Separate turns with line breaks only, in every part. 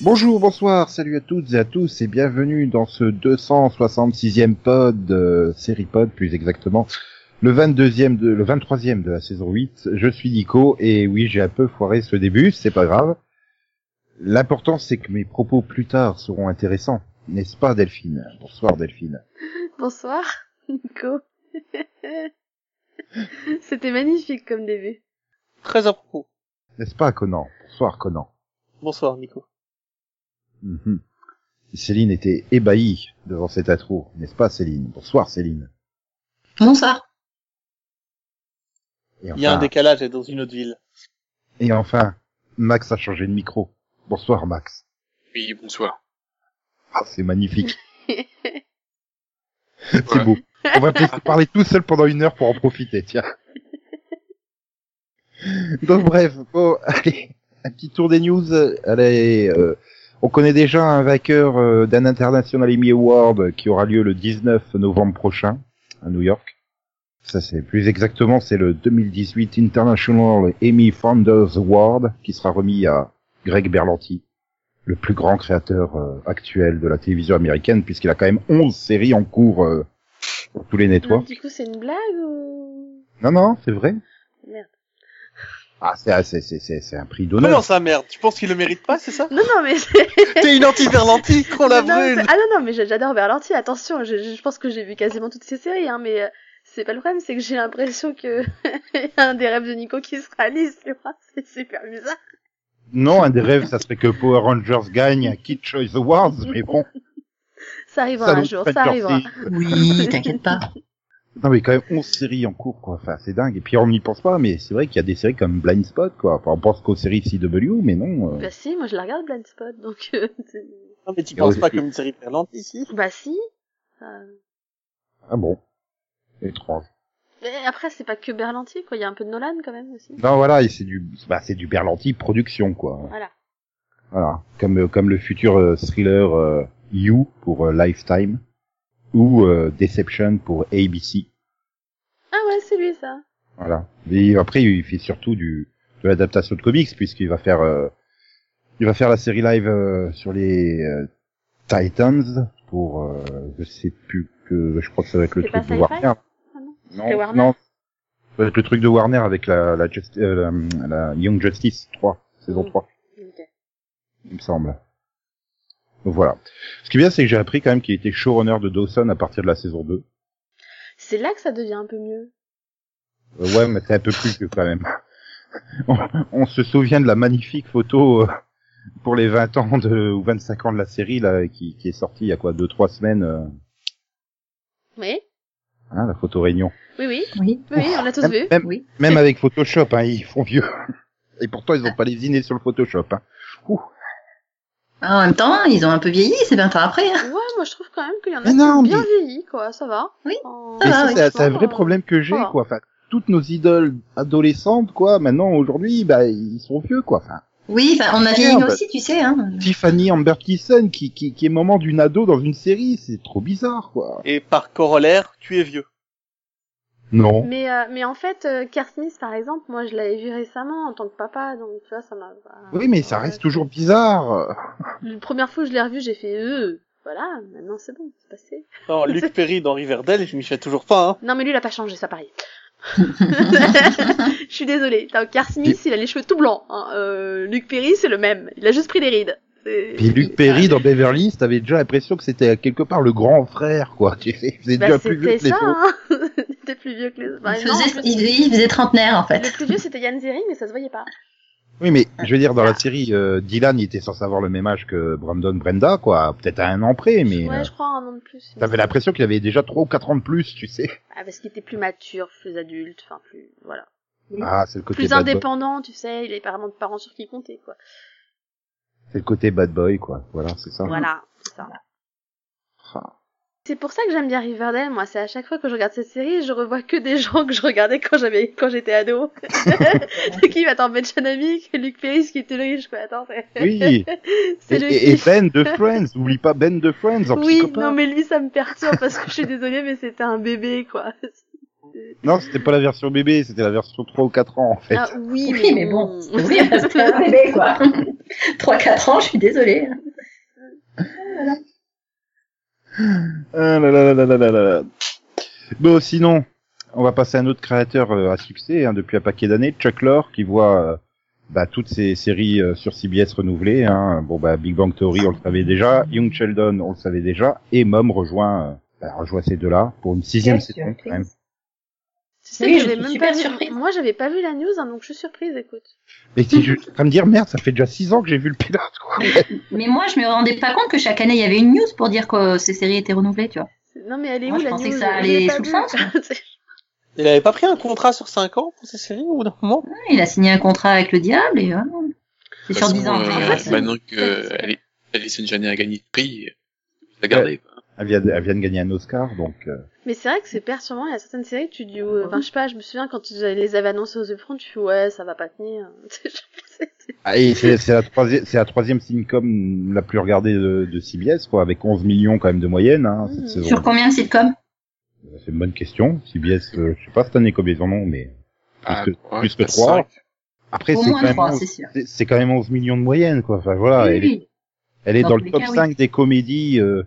Bonjour, bonsoir, salut à toutes et à tous et bienvenue dans ce 266e pod, euh, série pod plus exactement, le 22e de, le 23e de la saison 8. Je suis Nico et oui, j'ai un peu foiré ce début, c'est pas grave. L'important c'est que mes propos plus tard seront intéressants, n'est-ce pas Delphine Bonsoir Delphine.
Bonsoir, Nico. C'était magnifique comme début.
Très à propos.
N'est-ce pas Conan Bonsoir Conan.
Bonsoir Nico.
Mhm. Céline était ébahie devant cet atrour, n'est-ce pas Céline Bonsoir Céline.
Bonsoir.
Et
Il y a un
enfin,
décalage et dans une autre ville.
et enfin, Max a changé de micro. Bonsoir Max.
Oui, bonsoir.
Ah, c'est magnifique. C'est
Ouais.
beau. On va te laisser parler tout seul pendant une heure pour en profiter, tiens. Donc bref, bon, allez, un petit tour des news. Allez, euh, on connaît déjà un vainqueur euh, d'un International Emmy Award qui aura lieu le 19 novembre prochain à New York. Ça c'est plus exactement, c'est le 2018 International Emmy Founders Award qui sera remis à Greg Berlanti, le plus grand créateur euh, actuel de la télévision américaine puisqu'il a quand même 11 séries en cours euh, sur tous les networks.
Donc, du coup, c'est une blague ou
Non, non, c'est vrai.
Merde.
Ah, c'est, ah, c'est, c'est, c'est, c'est un prix
Mais non,
d'honneur.
sa merde. Tu penses qu'il le mérite pas, c'est ça
Non, non, mais c'est-
T'es une anti-verlantie, qu'on la
Non, non,
brûle
c'est- Ah non, non, mais j'a- j'adore Berlanti, attention, je, je pense que j'ai vu quasiment toutes ses séries, hein, mais euh, c'est pas le problème, c'est que j'ai l'impression que y a un des rêves de Nico qui se réalise, tu vois, c'est super bizarre.
Non, un des rêves, ça serait que Power Rangers gagne un Kid Choice Awards, mais bon.
Ça arrivera
ça
un
nous
jour,
fait
ça arrivera.
tortiller.
Oui, t'inquiète pas.
Non, mais quand même 11 séries en cours, quoi. Enfin, c'est dingue. Et puis, on n'y pense pas, mais c'est vrai qu'il y a des séries comme Blind Spot, quoi. Enfin, on pense qu'aux séries CW, mais non. euh,
Bah si, moi je la regarde Blind Spot, donc... euh, c'est-
Non, mais tu
Ah oui,
penses pas
si.
comme une série verlantie, si
bah si. Euh,
Ah bon. Étrange.
Mais après, c'est pas que Berlanti, quoi, il y a un peu de Nolan quand même aussi.
Non, voilà, et c'est du, bah, c'est du Berlanti production, quoi.
Voilà.
Voilà, comme euh, comme le futur euh, thriller euh, You pour euh, Lifetime ou euh, Deception pour ABC.
Ah ouais, c'est lui ça.
Voilà. Mais après, il fait surtout du de l'adaptation de comics puisqu'il va faire euh, il va faire la série live euh, sur les euh, Titans pour euh, je sais plus que je crois que ça va être le
C'est
truc
pas
de
sci-fi
Warner.
Ah non,
Non,
c'est Warner
non. Ça va être le truc de Warner avec la la, Just- euh, la, la Young Justice 3, saison
Mm.
3.
Ok.
il me semble. Donc voilà. Ce qui est bien, c'est que j'ai appris quand même qu'il était showrunner de Dawson à partir de la saison 2.
C'est là que ça devient un peu mieux.
Euh, ouais, mais c'est un peu plus que quand même. On, on se souvient de la magnifique photo euh, pour les 20 ans de, ou 25 ans de la série là, qui, qui est sortie il y a quoi, deux trois semaines, euh,
Oui,
hein, la photo réunion.
oui, oui,
Oui,
oui, on l'a tous
Même,
vu.
même,
oui.
même avec Photoshop, hein, ils font vieux. Et pourtant, ils ont pas lésiné sur le Photoshop. Hein.
Ah, en même temps, ils ont un peu vieilli, c'est 20 ans après. hein.
Ouais, moi je trouve quand même qu'il y en a
Mais
qui
non,
ont bien
mais-
vieilli, quoi, ça va.
Oui,
En-
Ah Oh.
Mais
bah
ça,
oui,
c'est,
je
c'est un
pense,
vrai
euh,
problème que j'ai,
voilà.
quoi. Enfin, toutes nos idoles adolescentes, quoi, maintenant, aujourd'hui, bah, ils sont vieux, quoi. Enfin,
Oui, enfin, on a vieilli
Merde.
nous aussi, tu sais. Hein.
Tiffany Amber Thiessen qui, qui, qui est maman d'une ado dans une série, c'est trop bizarre, quoi.
Et par corollaire, tu es vieux.
Non.
Mais, euh, mais en fait, euh, Kerr Smith, par exemple, moi je l'avais vu récemment en tant que papa, donc tu vois, ça m'a.
Oui, mais ça
Ouais.
reste toujours bizarre.
La première fois que je l'ai revu, j'ai fait euh, voilà, maintenant c'est bon, c'est passé.
Non, Luc Perry dans Riverdale, je m'y fais toujours pas, hein.
Non, mais lui, il a pas changé, ça pareil. je suis désolée. T'as Carl Smith, il a les cheveux tout blancs. hein. Euh, Luc Perry, c'est le même. Il a juste pris des rides. C'est-
Puis Luc Perry dans Beverly Hills, t'avais déjà l'impression que c'était quelque part le grand frère, quoi. Tu sais, il faisait
Bah,
déjà plus vieux
c'était
que les
ça,
autres.
hein. C'était plus vieux que les autres. Bah,
Ils
non, en
faisaient,
plus,
ils, ils faisaient trentenaire, en fait.
Le plus vieux, c'était Yann Zeri, mais ça se voyait pas.
Oui, mais je veux dire, dans la
Ah.
série, euh, Dylan, il était censé avoir le même âge que Brandon Brenda, quoi. Peut-être à un an près, mais
Ouais,
euh,
je crois un an de plus.
t'avais l'impression qu'il avait déjà trois ou quatre ans de plus, tu sais.
Ah, parce qu'il était plus mature, plus adulte, enfin plus voilà,
Ah, c'est le côté
plus
bad boy.
indépendant, tu sais. Il est pas vraiment de parents sur qui compter, quoi.
C'est le côté bad boy, quoi. Voilà, c'est ça.
Voilà, c'est ça.
Ah.
C'est pour ça que j'aime bien Riverdale, moi. C'est à chaque fois que je regarde cette série, je revois que des gens que je regardais quand j'avais, quand j'étais ado. C'est qui va t'en Chanami, Luc Perry, qui était le riche, quoi. Attends, c'est-
Oui. Et,
c'est le
et- et
fils.
Ben de Friends, n'oublie pas Ben de Friends en
Oui,
psychopathe.
non, mais lui, ça me perturbe parce que je suis désolée, mais c'était un bébé, quoi.
Non, c'était pas la version bébé, c'était la version 3 ou 4 ans en fait.
Ah oui,
Oui, mais bon,
bon.
oui, parce que un bébé, quoi. 3-4 ans, je suis désolée.
Ah là là là là là là là. Bon, sinon, on va passer à un autre créateur euh, à succès hein, depuis un paquet d'années, Chuck Lorre, qui voit euh, bah, toutes ses séries euh, sur CBS renouvelées. Hein. Bon, bah, Big Bang Theory, on le savait déjà. Young Sheldon, on le savait déjà. Et Mom rejoint, euh, bah, rejoint ces deux-là pour une sixième
Quelle
saison.
surprise.
Quand même.
Tu sais
Oui,
que
je
j'avais
suis
même
super
pas vu-
surprise.
Moi, j'avais pas vu la news, hein, donc je suis surprise, écoute.
Et si je suis en train de dire merde, ça fait déjà six ans que j'ai vu le pilote. Quoi.
Mais moi, je me rendais pas compte que chaque année, il y avait une news pour dire que ces séries étaient renouvelées, tu vois.
Non, mais elle est
Moi,
où
je
la news
pensais que ça
Je
allait
l'ai pas
sous le
vue.
Il avait pas pris un contrat sur 5 ans pour ces séries ou d'un moment
Il a signé un contrat avec le diable et voilà. C'est
De
sur
toute
10
façon,
ans.
euh,
Ah, c'est-
Maintenant
c'est-
que Ali- Alison Janney a gagné le prix, je la garder. quoi.
Elle, vient de, elle vient de gagner un Oscar, donc... euh,
Mais c'est vrai que c'est perturbant, il y a certaines séries, tu dis, ouais, enfin, je sais pas, je me souviens quand tu les avais annoncées aux front, tu fais, ouais, ça va pas tenir.
Ah, et c'est c'est la troisième, c'est la troisième sitcom la plus regardée de, de CBS, quoi, avec 11 millions quand même de moyenne. Hein, cette
Mhm.
saison.
Sur combien de sitcoms
C'est une bonne question. CBS, euh, je sais pas cette année combien ils en ont, mais
Ah,
que-
quoi,
plus que
ça,
trois.
cinq.
après
Au
c'est quand
moins
même
3,
11
c'est Ah, sûr.
c'est- c'est quand même 11 millions de moyenne, quoi. Enfin voilà,
Oui,
elle, est-
oui.
elle est
Dans
dans,
tous
le
les
top
cas, oui.
5 des comédies euh,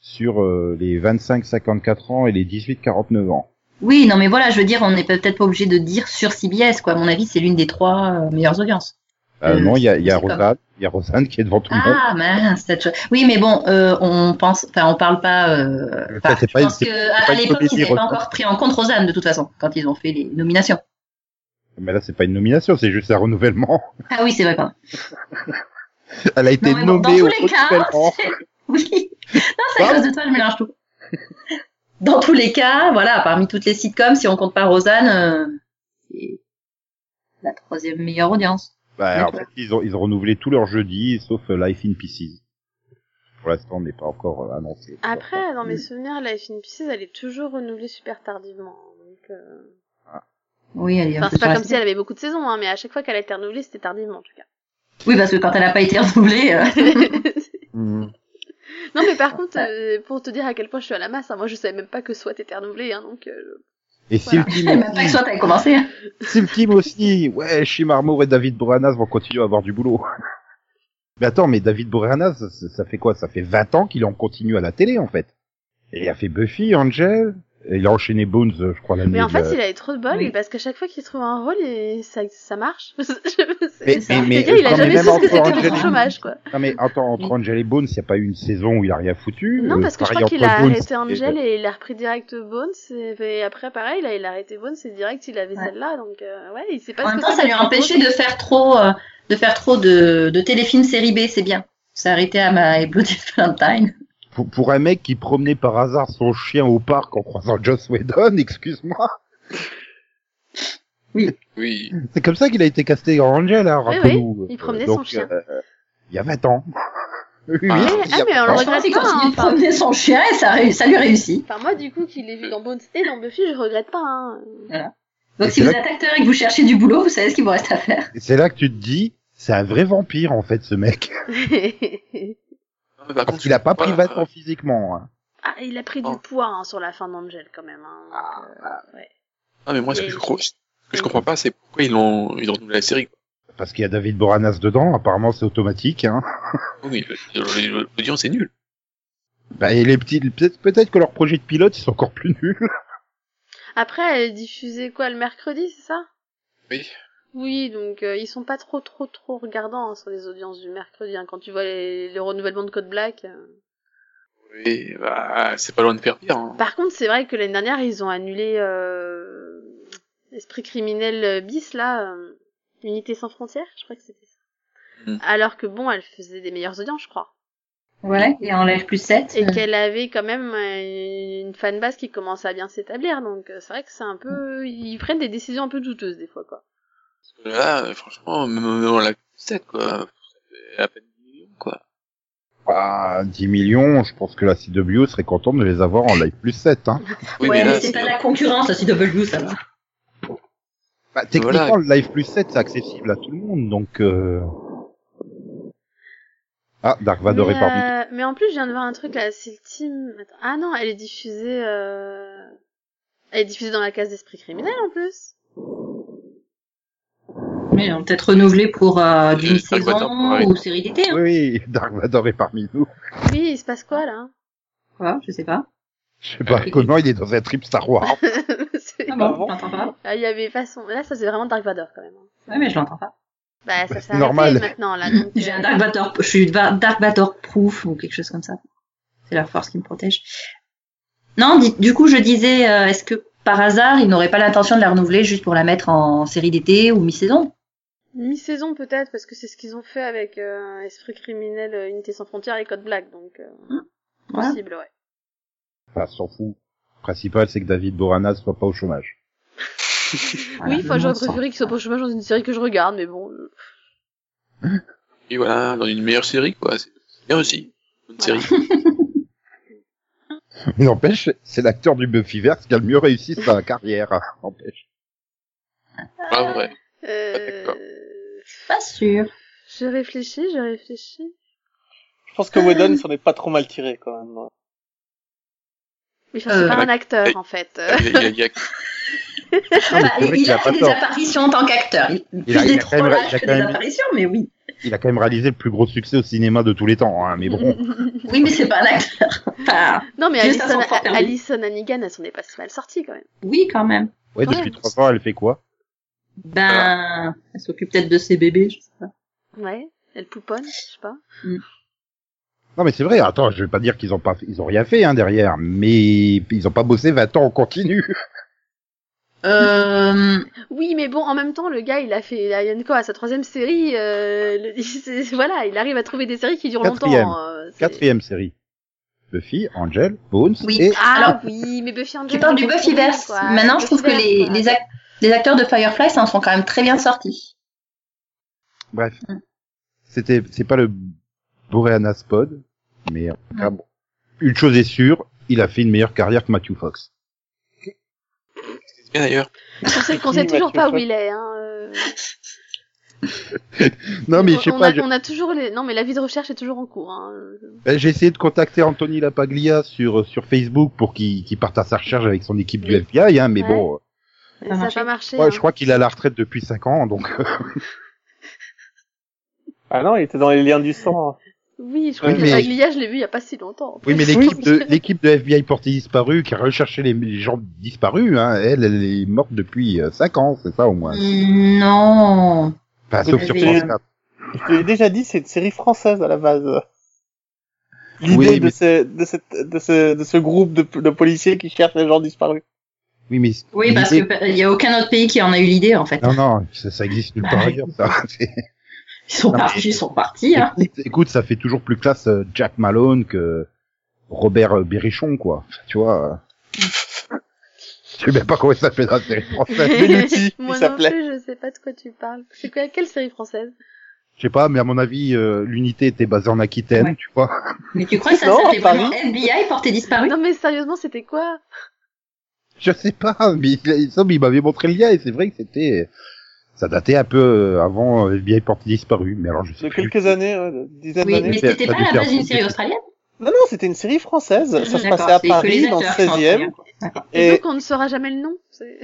sur euh, les 25-54 ans et les 18-49 ans.
Oui, non, mais voilà, je veux dire, on n'est peut-être pas obligé de dire sur CBS, quoi. À mon avis, c'est l'une des trois euh, meilleures audiences.
Euh,
Euh,
non, il y a, il y a
c'est pas-
Rosanne, il y a Rosanne qui est devant tout le monde.
Ah, mince, cette chose. Oui, mais bon, euh, on pense, enfin, on parle pas. Euh,
Ça,
enfin,
c'est
je
pas une-
pense
c'est-
que
c'est
à-
pas
à
une
l'époque,
comédie,
ils n'avaient pas
Rosanne.
encore pris en compte Rosanne, de toute façon, quand ils ont fait les nominations.
Mais là, c'est pas une nomination, c'est juste un renouvellement.
Ah oui, c'est vrai, pardon.
Elle a été
Non, mais bon, dans
nommée
tous
au
les cas,
renouvellement.
c'est- oui. Non, c'est à
Pardon
cause de toi, je mélange tout. Dans tous les cas, voilà, parmi toutes les sitcoms, si on compte pas Rosanne, euh, c'est la troisième meilleure audience.
Bah, en
D'accord.
fait, ils ont, ils ont renouvelé tous leurs jeudis, sauf euh, Life in Pieces. Pour l'instant, on n'est pas encore euh, annoncé.
Après, dans
Mm.
mes souvenirs, Life in Pieces, elle est toujours renouvelée super tardivement. Donc, euh,
Oui, elle est un
Enfin,
peu
c'est pas comme si
surestime.
elle avait beaucoup de saisons, hein, mais à chaque fois qu'elle a été renouvelée, c'était tardivement, en tout cas.
Oui, parce que quand elle n'a pas été renouvelée, euh,
Mhm. Ah,
non, mais par contre, euh, pour te dire à quel point je suis à la masse, hein, moi, je savais même pas que soit était renouvelée, hein, donc... euh,
Et
Voilà.
si le
même
team
pas que soit t'avais commencé.
si le team aussi, ouais, Shim Armour et David Boreanaz vont continuer à avoir du boulot. Mais attends, mais David Boreanaz, ça, ça fait quoi Ça fait 20 ans qu'il en continue à la télé, en fait. Et il a fait Buffy, Angel, et il a enchaîné Bones, euh, je crois, l'année.
Mais en fait,
de-
il avait trop de bol,
Oui.
parce qu'à chaque fois qu'il trouve un rôle, et ça, ça marche. C'est-
Mais,
ça.
mais, mais,
Le gars, il a
non, mais
jamais
même
su ce
entre
que c'était que
Angel-
le chômage, quoi.
Non, mais attends, entre Angel et Bones, il n'y a pas eu une saison où il a rien foutu.
Non,
Euh,
parce que je
pareil,
crois qu'il
entre
a
Bones
arrêté
et- euh, bah.
Angel et il a repris direct Bones. Et, et après, pareil, là, il a arrêté Bones et direct, il avait
Ouais.
celle-là. Donc, euh, ouais, il sait pas
En
ce
même
que
temps,
c'est
ça lui
d'être
a empêché de faire trop, euh, de faire trop de, de téléfilms série B, c'est bien. Ça a arrêté à My Bloody Valentine.
pour, pour un mec qui promenait par hasard son chien au parc en croisant Joss Whedon, excuse-moi.
Oui,
C'est comme ça qu'il a été casté en Angel, hein,
Oui,
rappelons-nous.
oui, il promenait
Euh, donc,
son chien.
euh, euh, il y a 20 ans. Oui, oui,
Ah,
il y a
ah, mais
20
on le
ans.
Je pense
regrette
qu'il
pas,
continue de
hein,
promener son chien et ça, ré- ça lui réussit.
Enfin, moi, du coup, qu'il l'ait vu dans Bones et dans Buffy, je regrette pas. Hein.
Et
Donc si
c'est
vous
là-
êtes acteur et que vous cherchez du boulot, vous savez ce qu'il vous reste à faire.
Et C'est là que tu te dis, c'est un vrai vampire en fait ce mec.
Non, mais par
Parce
contre,
qu'il a pas pris
voilà,
20 ans physiquement. hein.
ah, il a pris du
Oh. Ah.
poids hein, sur la fin d'Angel, quand même. Hein. Donc, euh, ouais.
Non, mais moi, ce que
Et-
je, crois- ce que je comprends pas, c'est pourquoi ils ont, ils ont renouvelé la série. quoi.
Parce qu'il y a David Boranas dedans, apparemment c'est automatique. Hein.
Oui, le- le- l'audience est nulle.
Bah, et les petits, peut-être peut-être que leur projet de pilote ils sont encore plus nuls.
Après, elle est diffusée quoi le mercredi, c'est ça
Oui.
Oui, donc euh, ils sont pas trop trop trop regardants hein, sur les audiences du mercredi. hein. Quand tu vois les, les renouvellements de Code Black. euh.
Oui, bah, c'est pas loin de faire pire. hein.
Par contre, c'est vrai que l'année dernière, ils ont annulé euh, Esprit criminel euh, bis, là, euh, Unité sans frontières, je crois que c'était ça.
Mm.
Alors que bon, elle faisait des meilleures audiences, je crois.
Ouais, et enlève plus 7.
Et qu'elle avait quand même euh, une fanbase qui commençait à bien s'établir. Donc euh, c'est vrai que c'est un peu... Ils prennent des décisions un peu douteuses des fois, quoi.
Là, franchement, même, même on l'a 7, quoi. Ça fait à peine 10 millions, quoi.
Bah, 10 millions, je pense que la CW serait contente de les avoir en live plus 7. Hein.
Oui,
ouais,
mais là,
c'est pas
c'est-
la concurrence, la CW, ça va.
Bah, techniquement,
Voilà.
le live plus 7, c'est accessible à tout le monde, donc... Euh... Ah, Dark Vador
mais,
est parmi.
euh, mais en plus, je viens de voir un truc là, c'est le team. Attends. Ah non, elle est diffusée. euh, Elle est diffusée dans la case d'esprit criminel en plus.
Mais on peut-être renouvelé pour euh, d'une
Mmh, Harry
saison
Potter, pareil.
ou série d'été, hein.
Oui, oui, Dark Vador est parmi nous.
Oui, il se passe quoi là
Quoi, je sais pas.
Je sais pas
Euh,
comment il est dans un trip Star Wars.
C'est-
Ah
Ah,
bon,
bon
je l'entends pas.
Il y avait façon. Là, ça c'est vraiment Dark Vador quand même. hein.
Ouais, mais je l'entends pas.
Bah,
Bah,
ça
c'est
s'est arrêté
normal.
maintenant là. donc,
J'ai un
euh,
Dark Vador, je suis va- Dark Vador proof ou quelque chose comme ça. C'est la force qui me protège. Non, di- du coup, je disais, euh, est-ce que par hasard, ils n'auraient pas l'intention de la renouveler juste pour la mettre en série d'été ou mi-saison
Mi-saison peut-être, parce que c'est ce qu'ils ont fait avec euh, Esprit criminel, euh, Unité sans frontières et Code Black, donc euh,
Voilà.
possible, ouais.
Enfin, s'en fout. Le principal, c'est que David Boranas soit pas au chômage.
Voilà,
oui, enfin, j'aurais
le monde s'en-
préféré qu'ils soient pas au chômage dans une série que je regarde, mais bon. euh,
Et voilà, dans une meilleure série, quoi. C'est c'est bien aussi. Une série.
Mais n'empêche, c'est l'acteur du Buffyverse qui a le mieux réussi sa carrière. hein, N'empêche.
Pas vrai.
Euh...
D'accord.
Pas sûr.
J'ai réfléchi, j'ai réfléchi.
Je pense que Whedon s'en est pas trop mal tiré, quand même.
Mais c'est
Euh,
pas un acteur,
Hey.
en fait.
Il y a- il y a-
Non, Ah, mais
Bah,
c'est
il,
vrai qu'il
il a
a
fait
pas
des
tort.
apparitions en tant qu'acteur. Il,
Il a-
plus
il a
des
quand même-
trollages
il a
que
quand
des
même-
apparitions, mais oui.
Il a quand même réalisé le plus gros succès au cinéma de tous les temps, hein, mais bon.
Oui, mais c'est pas un acteur. Enfin,
non, mais
Juste à
Alison,
son propre permis.
Alison Hannigan, elle s'en est pas si mal sortie, quand même.
oui, quand même.
Ouais,
Quand
depuis
même.
trois ans, elle fait quoi Ah.
Ben, elle s'occupe peut-être de ses bébés, je sais pas.
Ouais, elle pouponne, je sais pas.
Non, mais c'est vrai. Attends, je vais pas dire qu'ils ont pas, fait- ils ont rien fait hein, derrière, mais ils ont pas bossé 20 ans en continu.
Euh,
Oui, mais bon, en même temps, le gars, il a fait Alien quoi, sa troisième série. Euh, le- c'est- voilà, il arrive à trouver des séries qui durent
Quatrième.
longtemps. euh, c'est-
Quatrième série. Buffy, Angel, Bones
Oui.
et
Ah
Alors,
oui, mais Buffy Angel.
Tu parles du
c'est
Buffyverse.
quoi,
Maintenant, je trouve que
Buffyverse,
les,
quoi.
les, ac- les acteurs de Firefly s'en sont quand même très bien sortis.
bref.
Mm.
C'était, c'est pas le Boreanas Pod, mais en tout cas, bon. une chose est sûre, il a fait une meilleure carrière que Matthew Fox.
C'est bien d'ailleurs.
On sait qu'on
Qui,
sait toujours
Mathieu
pas où
Fox
il est. Hein. euh.
Non, mais je sais
on,
pas.
a,
je-
on a toujours les. Non, mais la vie de recherche est toujours en cours. Hein. euh.
Ben, J'ai essayé de contacter Anthony Lapaglia sur, sur Facebook pour qu'il qu'il parte à sa recherche avec son équipe du
Oui.
FBI, hein, mais
Ouais.
bon,
Ça
Ça
a
n'a
marché.
pas marché.
euh, ouais,
hein.
je crois qu'il est à la retraite depuis 5 ans, donc euh,
Ah non, il était dans les liens du sang. hein.
Oui, je crois
Oui,
que
mais-
Paglia, je l'ai vu il y a pas si longtemps.
oui, mais
Oui.
l'équipe de l'équipe de FBI portée disparue qui a recherché les, les gens disparus, hein, elle, elle est morte depuis 5 ans, c'est ça au moins.
Mm, Non.
Enfin, sauf sur
Mais-
France 4.
Je te l'ai déjà dit, c'est une série française à la base. L'idée
Oui,
de,
mais-
ce, de, cette- de, ce, de ce groupe de, de policiers qui cherchent les gens disparus.
Oui, mais
Oui, parce
l'idée-
qu'il n'y a aucun autre pays qui en a eu l'idée, en fait.
Non, non, ça, ça existe nulle part ailleurs. Ça. C'est-
Ils sont
Non, mais-
partis, ils sont partis. Hein.
Écoute, écoute, ça fait toujours plus classe euh, Jack Malone que Robert euh, Berrichon, quoi. Tu vois. euh. Je sais même pas comment ça s'appelle la série française.
Bellucci, il
Moi non
s'appelait.
plus, je sais pas de quoi tu parles. C'est quoi, quelle série française
Je sais pas, mais à mon avis, euh, l'unité était basée en Aquitaine,
Ouais.
tu vois.
Mais tu crois que ça
Non,
s'appelait
Paris.
vraiment FBI porté disparu
Non mais sérieusement, c'était quoi
Je sais pas, mais il, il- ça, mais il m'avait montré le lien et c'est vrai que c'était, ça datait un peu euh, avant euh, FBI porté disparu. Mais alors, je sais
De
plus.
quelques années, ouais, de dizaines
Oui,
d'années.
mais
ça a
c'était
dû
pas à la
faire
base d'une
beaucoup.
série australienne
Non, non, c'était une série française. Ça se
D'accord,
passait à
c'est que
Paris,
les
dans le
acteurs
16e.
hein. qui sont australiens, quoi. D'accord.
Et,
Et
donc on ne saura jamais le nom. c'est-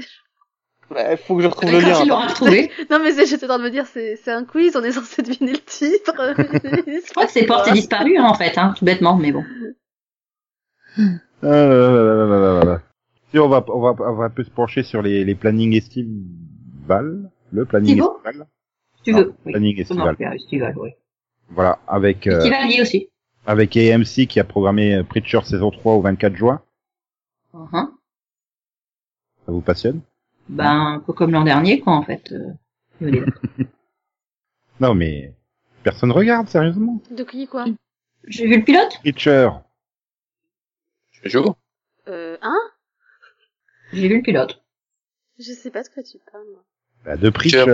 il faut que je retrouve le
Quand
lien.
ils l'auront retrouvé,
Non mais c'est- j'étais en train de me dire, c'est c'est un quiz, on est censé deviner le titre.
je crois que c'est porté disparu, hein, en fait, hein, tout bêtement, mais bon.
Ah là là là là là là là là. Si on va, on va, on va un peu se pencher sur les, les plannings estivales, le planning
Thibaut
estival,
Si tu
Non,
veux. Ah, Oui.
planning
Non,
estival.
tu vas- tu vas, oui.
Voilà, avec euh,
Estivalier aussi.
avec AMC qui a programmé euh, Preacher saison 3 au 24 juin.
Mhm.
Ça vous passionne
Ben, un peu comme l'an dernier, quoi, en fait. euh, au début.
Non mais personne regarde sérieusement.
De qui quoi
J'ai vu le pilote
Preacher.
Je joue.
Euh, hein
J'ai vu le pilote.
Je sais pas de quoi tu parles. moi.
Bah, de
Preacher.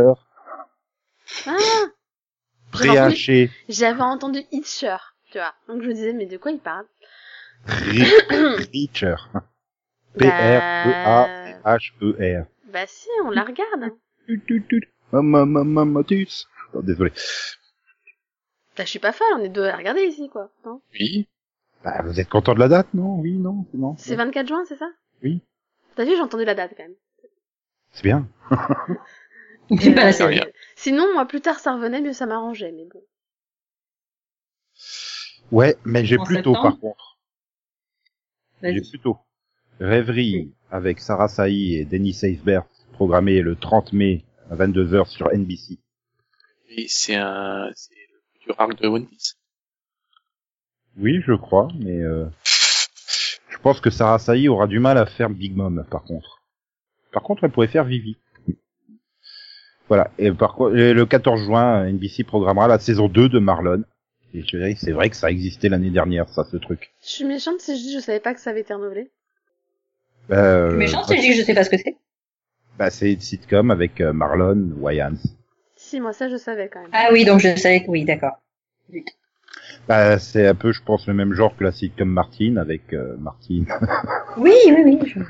Preacher.
Ah J'ai entendu-
Préhaché. E
J'avais entendu Hitcher. tu vois. Donc je me disais, mais de quoi il parle
Re- Reacher.
Bah,
E P-R-E-A.
Bah,
H-E-R.
bah si, on la regarde.
Tut, tut, tut. Maman, maman, Matus. Oh, désolé.
Bah, je suis pas folle, on est deux à la regarder ici, quoi. Non
Oui.
Bah, vous êtes content de la date, non Oui, non, non.
C'est 24 juin, c'est ça
Oui.
T'as vu, j'ai entendu la date quand même.
C'est bien. Euh,
C'est pas la
série.
série.
rien.
Euh, Sinon, moi, plus tard, ça revenait, mieux ça m'arrangeait, mais bon.
Ouais, mais j'ai
En
plus tôt, par
septembre
contre. J'ai
Vas-y.
plus tôt. Rêverie avec Sarah Sahi et Denis Seisbert, programmé le 30 mai à 22h sur NBC.
Et c'est un, c'est le futur arc de One Piece.
Oui, je crois, mais euh, je pense que Sarah Sahi aura du mal à faire Big Mom, par contre. Par contre, elle pourrait faire Vivi. Voilà. Et par co- et le 14 juin, NBC programmera la saison 2 de Marlon. Et je dirais, c'est vrai que ça existait l'année dernière, ça, ce truc.
Je suis méchante si je dis je savais pas que ça avait été renouvelé.
Euh,
Méchant, c'est juste que je sais pas ce que c'est.
bah, c'est une sitcom avec euh, Marlon Wayans.
Si, moi, ça, je savais quand même.
Ah oui, donc je savais que oui, d'accord.
Bah, c'est un peu, je pense, le même genre que la sitcom Martine avec euh, Martine.
Oui, oui, oui. Je,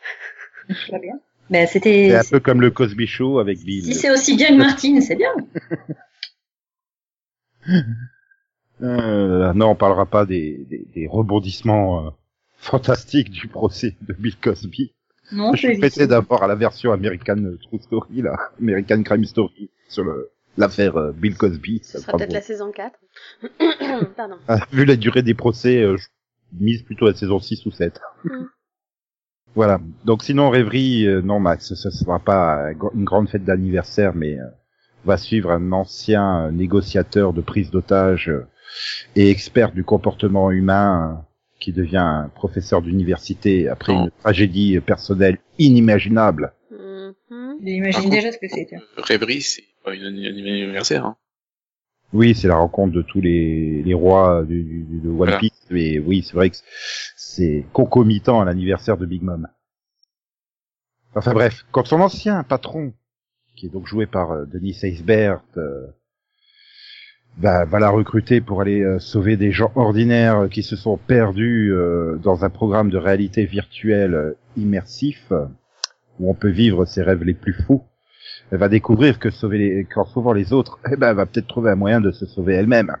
je vois bien. Ben,
C'est
c'était.
un peu comme le Cosby Show avec Bill.
Si c'est aussi bien que Martine, c'est bien.
Euh, non, on parlera pas des, des, des rebondissements euh, fantastiques du procès de Bill Cosby.
Non,
je suis pressé d'avoir à la version American True Story, là, American Crime Story, sur le l'affaire euh, Bill Cosby.
Ce
Ça
sera
sera
peut-être
bon.
la saison 4. Pardon.
Ah, vu la durée des procès, euh, je mise plutôt la saison 6 ou 7.
Mm.
voilà. Donc sinon, Rêverie, euh, non Max, ce ne sera pas euh, gr- une grande fête d'anniversaire, mais euh, on va suivre un ancien euh, négociateur de prise d'otage euh, et expert du comportement humain euh, qui devient un professeur d'université après
Oh.
une tragédie euh, personnelle inimaginable. Mm-hmm.
Mhm.
J'imagine déjà ce que c'est. tu vois.
Euh, Rêverie, c'est pas une, une, une anniversaire, hein.
Oui, c'est la rencontre de tous les, les rois euh, du, du- du- de One
Voilà.
Piece, mais oui, c'est vrai que c'est concomitant à l'anniversaire de Big Mom. Enfin bref, quand son ancien patron, qui est donc joué par euh, Denis Seisbert, euh, bah, va la recruter pour aller euh, sauver des gens ordinaires euh, qui se sont perdus euh, dans un programme de réalité virtuelle euh, immersif, euh, où on peut vivre ses rêves les plus fous elle va découvrir que sauver les, qu'en sauvant les autres, eh ben, elle va peut-être trouver un moyen de se sauver elle-même.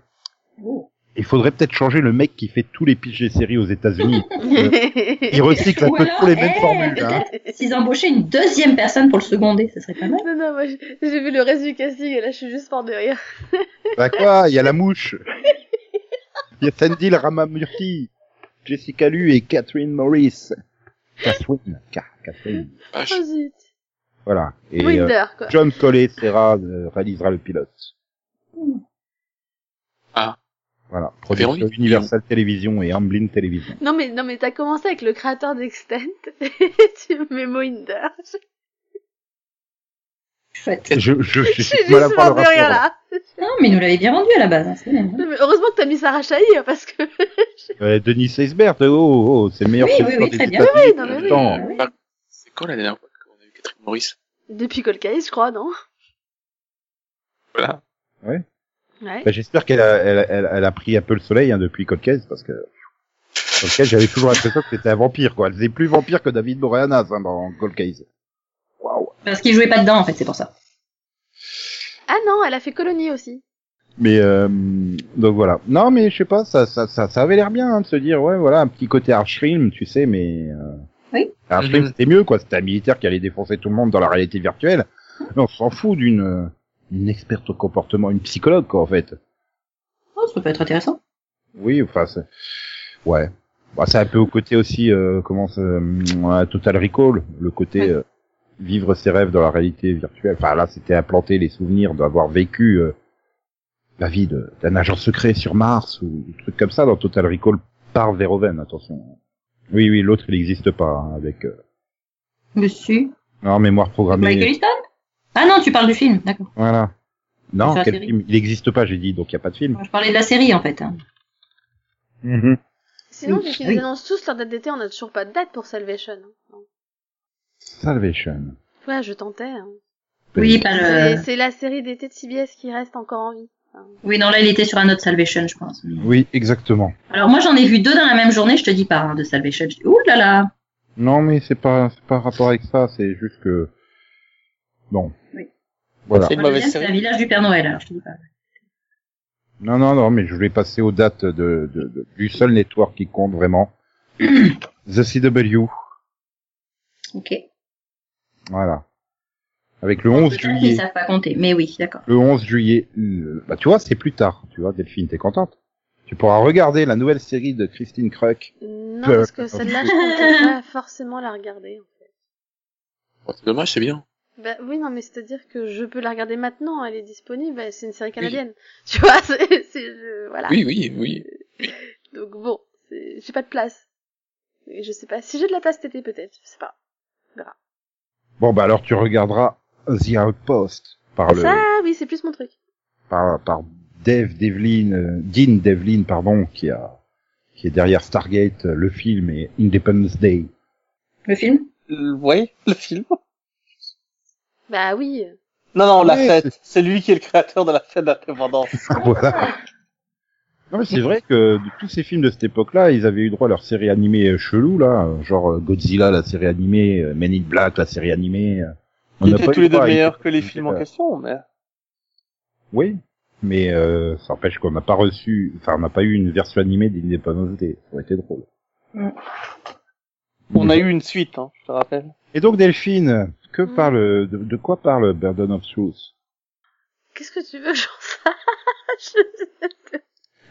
Oh.
Il faudrait peut-être changer le mec qui fait tous les pitchs des séries aux États-Unis. Il recycle un
Ou
peu
alors,
tous les mêmes
eh,
formules. hein.
S'ils embauchaient une deuxième personne pour le seconder, ça serait pas mal.
Non, non, moi, j'ai j'ai vu le reste du casting et là, je suis juste mort de rire.
Bah quoi Il y a la mouche. Il y a Sandy la Ramamurti, Jessica Lu et Catherine Morris. Catherine, Ca- Catherine.
Vache.
Oh zut.
Voilà. Et euh,
Winder, quoi.
John Collet Serra euh, réalisera le pilote.
Ah.
Voilà. Production
Véronique
Universal Television et Amblin Television.
Non, mais, non, mais t'as commencé avec le créateur d'Extent et tu me mets Winder.
Chouette.
Je, je, je,
Je suis
suis
juste
mal à voir
mort
le
de rire
rapport, là.
là.
Non, mais nous l'avait bien vendu à la base. hein, c'est bien, hein.
Non, mais heureusement que t'as mis Sarah Chahi hein, parce que.
Euh, Denis Seisbert, oh, oh, oh, c'est le meilleur
Oui, oui,
producteur
oui,
des
très bien.
États-Unis
Oui, non, mais
de
oui.
temps.
Ah oui.
Par- C'est quand la dernière fois qu'on a eu Catherine Maurice
Depuis Cold Case, je crois, non
Voilà.
Ouais.
Bah, J'espère qu'elle a, elle, elle- elle a pris un peu le soleil hein, depuis Cold Case, parce que Cold Case, j'avais toujours l'impression que c'était un vampire, quoi. Elle faisait plus vampire que David Boreanaz hein, dans Cold Case. Waouh.
Parce qu'il jouait pas dedans, en fait, c'est pour ça.
Ah non, elle a fait Colonie aussi.
Mais euh, donc voilà. Non, mais je sais pas, ça, ça, ça, ça avait l'air bien hein, de se dire, ouais, voilà, un petit côté Archrim, tu sais, mais euh,
Oui.
Archrim,
Mhm.
c'était mieux, quoi. C'était un militaire qui allait défoncer tout le monde dans la réalité virtuelle. Mais on s'en fout d'une euh, une experte au comportement, une psychologue, quoi, en fait.
Oh, ça peut être intéressant.
Oui, enfin, c'est... ouais. Bah, c'est un peu au côté aussi, euh, comment ça, hum, à Total Recall, le côté euh, vivre ses rêves dans la réalité virtuelle. Enfin, là, c'était implanter les souvenirs d'avoir vécu euh, la vie de- d'un agent secret sur Mars ou des trucs comme ça dans Total Recall par Verhoeven, attention. Oui, oui, l'autre, il n'existe pas hein, avec euh,
Monsieur.
non mémoire programmée.
Michael Easton Ah non, tu parles du film, d'accord.
Voilà.
C'est
Non,
la
quel
série.
film Il n'existe pas, j'ai dit, donc il n'y a pas de film.
Je parlais de la série, en fait. hein.
Mhm.
Sinon,
Oui.
vu qu'ils
Ah oui.
annoncent tous leur date d'été, on n'a toujours pas de date pour Salvation. hein.
Salvation.
Ouais, je tentais. hein.
Oui, pas le. euh,
C'est- C'est la série d'été de CBS qui reste encore en vie.
Oui, non, là, il était sur un autre Salvation, je pense.
Oui, exactement.
Alors, moi, j'en ai vu deux dans la même journée, je te dis pas, hein, de Salvation. Je dis, ouh là là
Non, mais c'est pas, c'est pas rapport avec ça, c'est juste que. Non.
Oui.
Voilà.
C'est une
Moi, le
mauvaise
deuxième, C'est la
série.
village du Père Noël, alors je te dis pas.
Non, non, non, mais je vais passer aux dates de, de- de- du seul network qui compte vraiment. The CW.
Ok.
Voilà. Avec le 11
Ah,
Peut-être qu'ils
juillet.
savent pas compter, mais oui, d'accord.
Le 11 juillet. euh, bah, tu vois, c'est plus tard. Tu vois, Delphine, t'es contente. Tu pourras regarder la nouvelle série de Christine Kruk.
Non, parce que celle-là, je comptais pas forcément la regarder. hein. en fait.
Oh, c'est dommage, c'est bien.
Bah oui, non, mais c'est-à-dire que je peux la regarder maintenant, elle est disponible, elle- c'est une série canadienne. Tu vois, c'est... c'est- je- Voilà.
Oui, oui, oui.
Donc bon, c'est- j'ai pas de place. Et je sais pas, si j'ai de la place cet été peut-être, je sais pas.
Bon, bah, alors tu regarderas The Outpost par Ah, le,
Ça, oui, c'est plus mon truc.
par, par Dave Devlin, euh, Dean Devlin, pardon, qui a, qui est derrière Stargate, euh, le film et Independence Day.
Le film
Euh, Oui, le film.
Bah oui.
Non, non, la
Oui,
fête. C'est lui qui est le créateur de la fête d'indépendance.
voilà. Non mais c'est vrai que de tous ces films de cette époque-là, ils avaient eu droit à leur série animée euh, chelou là, euh, genre euh, Godzilla la série animée, euh, Men in Black la série animée. euh, On
Ils
n'a
étaient
pas eu
tous les deux
droit à une-
meilleurs que les films en
euh,
question, mais.
Oui, mais euh, ça empêche qu'on n'a pas reçu, enfin on n'a pas eu une version animée d'Independence Day. Ça aurait été drôle.
On a eu une suite, hein, je te rappelle.
Et donc Delphine, que
Mm.
parle, de, de quoi parle Burden of Truth
Qu'est-ce que tu veux, j'en sache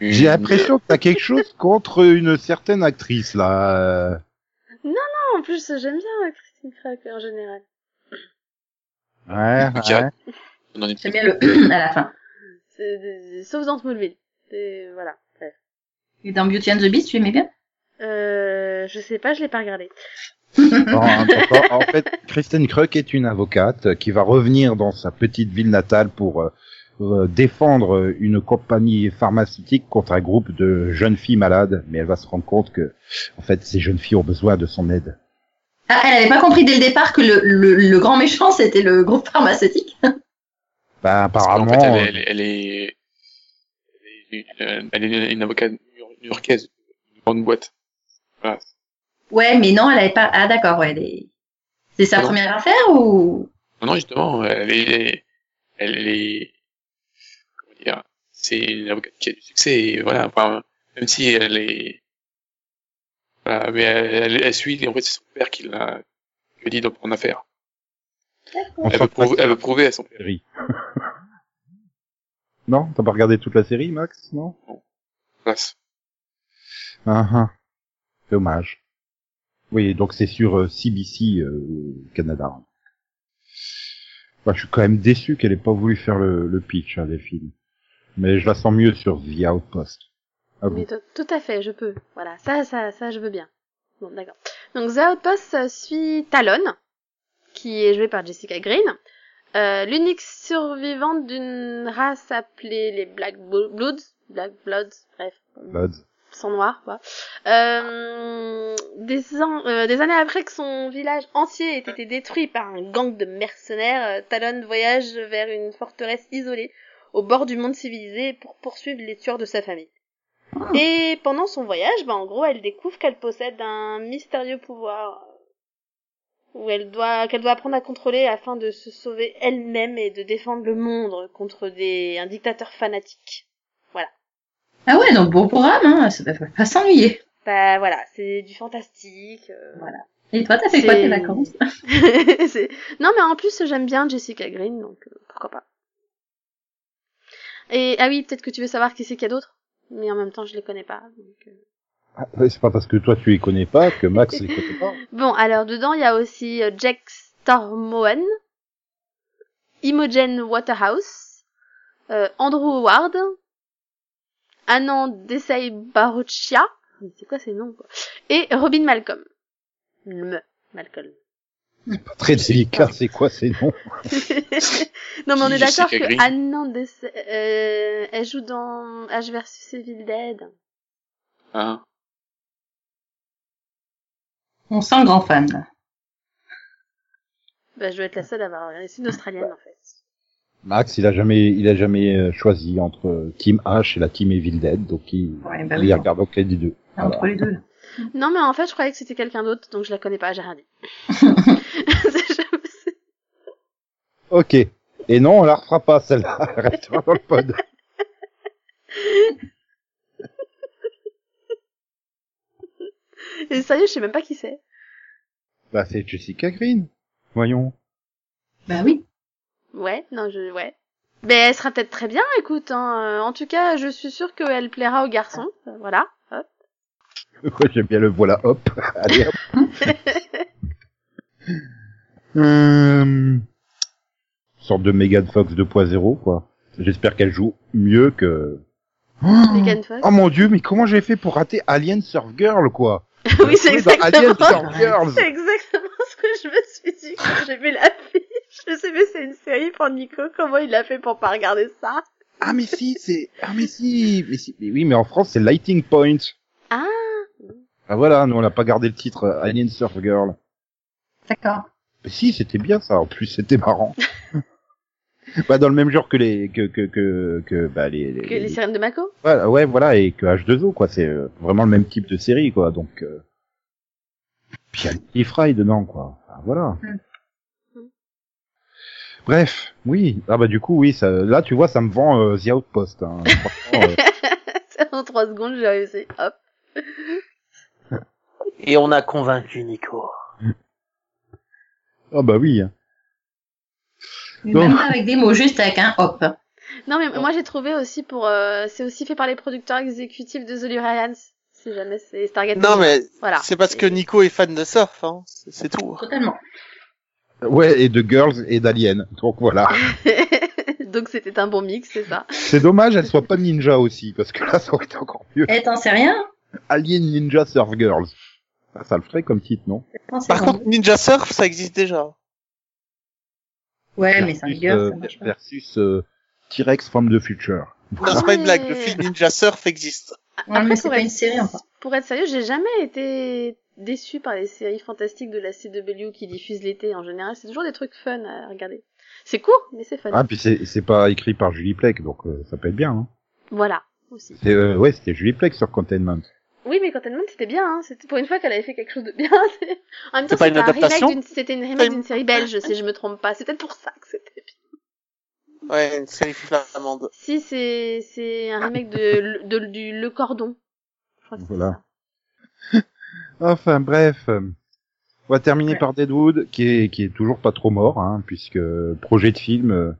J'ai
Mm. Euh,
l'impression que t'as quelque chose contre une certaine actrice là. euh.
Non, en plus, j'aime bien euh, Christine Crack en général.
Ouais, ouais.
Jack. On en est-
J'aime bien le à la fin.
C'est des- Sauf dans Smallville. C'est... Voilà. bref.
Et dans Beauty and the Beast, tu aimais bien
Euh, je sais pas, je l'ai pas regardé.
Non, hein, pourtant, en fait, Kristen Kruk est une avocate qui va revenir dans sa petite ville natale pour euh, euh, défendre une compagnie pharmaceutique contre un groupe de jeunes filles malades, mais elle va se rendre compte que, en fait, ces jeunes filles ont besoin de son aide.
Ah, elle avait pas compris dès le départ que le, le, le grand méchant, c'était le groupe pharmaceutique
Bah,
Parce qu'en
apparemment,
fait, elle, est- elle est, elle est, euh, elle est une avocate new-yorkaise, une grande boîte. Voilà.
Ouais, mais non, elle avait pas... Ah d'accord, ouais. elle est- C'est sa
Ah
Non.
première affaire ou...
Non, non, justement, elle est, elle est, comment dire, c'est une avocate qui a du succès, et voilà, enfin, même si elle est, voilà, mais elle, elle, elle suit, en fait, c'est son père qui l'a, qui lui a dit d'en prendre affaire.
on
Elle
s'en
veut, prouver, elle veut prouver à son père.
série. non, t'as pas regardé toute la série, Max Non.
Voilà.
Ah, ah. Dommage. Oui, donc c'est sur euh, CBC euh, au Canada. Bah, je suis quand même déçu qu'elle ait pas voulu faire le, le pitch hein, des films. Mais je la sens mieux sur The Outpost. Ah bon.
Mais to- tout à fait, je peux. Voilà, ça, ça, ça, je veux bien. Bon, d'accord. Donc, The Outpost euh, suit Talon, qui est jouée par Jessica Green, euh, l'unique survivante d'une race appelée les Black Bo- Bloods, Black Bloods, bref,
Bloods.
sang noir, quoi. Euh, des, an- euh, des années après que son village entier ait été détruit par un gang de mercenaires, euh, Talon voyage vers une forteresse isolée au bord du monde civilisé pour poursuivre les tueurs de sa famille. Et pendant son voyage, bah, en gros, elle découvre qu'elle possède un mystérieux pouvoir euh, où elle doit qu'elle doit apprendre à contrôler afin de se sauver elle-même et de défendre le monde contre des un dictateur fanatique.
Ah ouais, donc bon programme, hein. ça ne pas s'ennuyer.
Bah voilà, c'est du fantastique. euh,
Et toi, t'as fait quoi
C'est-
tes vacances
C'est- non, mais en plus, j'aime bien Jessica Green, donc euh, pourquoi pas. Et ah oui, peut-être que tu veux savoir qui c'est qu'il y a d'autres, mais en même temps, je les connais pas. donc, euh.
Ah, ouais, c'est pas parce que toi tu les connais pas que Max les connaît pas.
Bon, alors dedans, il y a aussi euh, Jack Stormoen, Imogen Waterhouse, euh, Andrew Howard, Anand Desai Baruchia, mais c'est quoi ces noms quoi et Robin Malcolm. Le Malcolm.
Pas très délicat, c'est quoi ces noms
non mais on
Qui,
est d'accord
Jessica Green
que Anandes, euh, elle joue dans H versus Evil Dead.
Hein.
On sent le grand fan. là.
Bah je dois être la seule à avoir regardé. C'est une australienne en fait.
Max, il a jamais, il a jamais euh, choisi entre euh, Team H et la Team Evil Dead, donc il,
Ouais, bah
il
oui,
regarde aucun des deux.
entre les deux. là.
Non, mais en fait, je croyais que c'était quelqu'un d'autre, donc je la connais pas, j'ai rien dit. C'est-
Ok. Et non, on la refera pas celle-là. Elle restera dans le pod.
Et sérieux, je sais même pas qui c'est.
Bah, c'est Jessica Green. Voyons.
Bah oui.
Ouais, non, je, ouais. Mais elle sera peut-être très bien, écoute. hein. Euh, En tout cas, je suis sûre qu'elle plaira aux garçons. Euh, Voilà. Hop.
Pourquoi j'aime bien le voilà hop. Allez hop. Hum, sorte de Megan Fox 2.0 quoi. J'espère qu'elle joue mieux que.
Megan Fox.
Oh mon dieu, mais comment j'ai fait pour rater Alien Surf Girl quoi
oui, c'est
dans Alien
exactement.
Surf Girls.
C'est exactement ce que je me suis dit quand j'ai vu la fiche. Je sais, mais c'est une série pour Nico. Comment il a fait pour pas regarder ça
Ah mais si, c'est ah mais si, mais si, mais oui, mais en France c'est Lighting Point.
Ah.
Ah voilà, nous on n'a pas gardé le titre euh, Alien Surf Girl.
D'accord.
Mais si, c'était bien ça. En plus, c'était marrant. bah dans le même genre que les que que que que bah les, les-
Que les
les-
sirènes de Mako
voilà, ouais voilà et que H2O quoi, c'est euh, vraiment le même type de série quoi. Donc euh... puis il y a Lily Fry dedans quoi. Enfin, voilà.
Mm.
Bref, oui. Ah bah du coup oui, ça, là tu vois, ça me vend euh, The Outpost. Hein. Franchement, euh,
En trois secondes, j'ai réussi. Hop.
Et on a convaincu Nico.
Ah bah oui. hein.
Mais
Non.
Même pas avec des mots, juste avec un hop.
Non, mais moi j'ai trouvé aussi pour. euh, c'est aussi fait par les producteurs exécutifs de The Librarians. Si jamais c'est Stargate.
ben,
Non, mais
Voilà.
bah,
c'est parce que Nico est fan de surf, hein. C'est c'est tout.
Totalement.
Ouais, et de Girls et d'Alien. Donc voilà.
Donc c'était un bon mix, c'est ça.
C'est dommage, elle soit pas ninja aussi, parce que là, ça aurait été encore mieux.
Eh, t'en sais rien
Alien Ninja Surf Girls. Ah, ça le ferait comme titre, non
T'en sais
Par
rien.
contre, Ninja Surf, ça existe déjà.
Ouais, mais c'est un
Versus,
vigueur,
euh,
ça marche pas.
Versus euh, T-Rex from the Future.
Non, c'est pas une blague. Le
Ouais.
film Ninja Surf existe.
Ouais,
Après,
mais c'est
pour
pas
être-
une série encore.
Pour être sérieux, j'ai jamais été déçue par les séries fantastiques de la CW qui diffusent l'été en général. C'est toujours des trucs fun à regarder. C'est court, mais c'est fun.
Ah, puis c'est c'est pas écrit par Julie Plec, donc euh, ça peut être bien. Hein.
Voilà. Aussi.
C'est, euh, ouais, c'était Julie Plec sur Containment.
Oui, mais quand elle monte, c'était bien. Hein. C'était pour une fois qu'elle avait fait quelque chose de bien. en même temps,
C'est pas
c'était
une
un remake
adaptation
d'une- c'était une remake d'une série belge, si je me trompe pas. C'est peut-être pour ça que c'était bien.
Ouais, une série flamande.
Si, c'est c'est un remake de, de, du Le Cordon. Je crois que c'est
Voilà. Enfin, bref. euh, On va terminer
Ouais.
par Deadwood, qui est, qui est toujours pas trop mort, hein, puisque projet de film euh,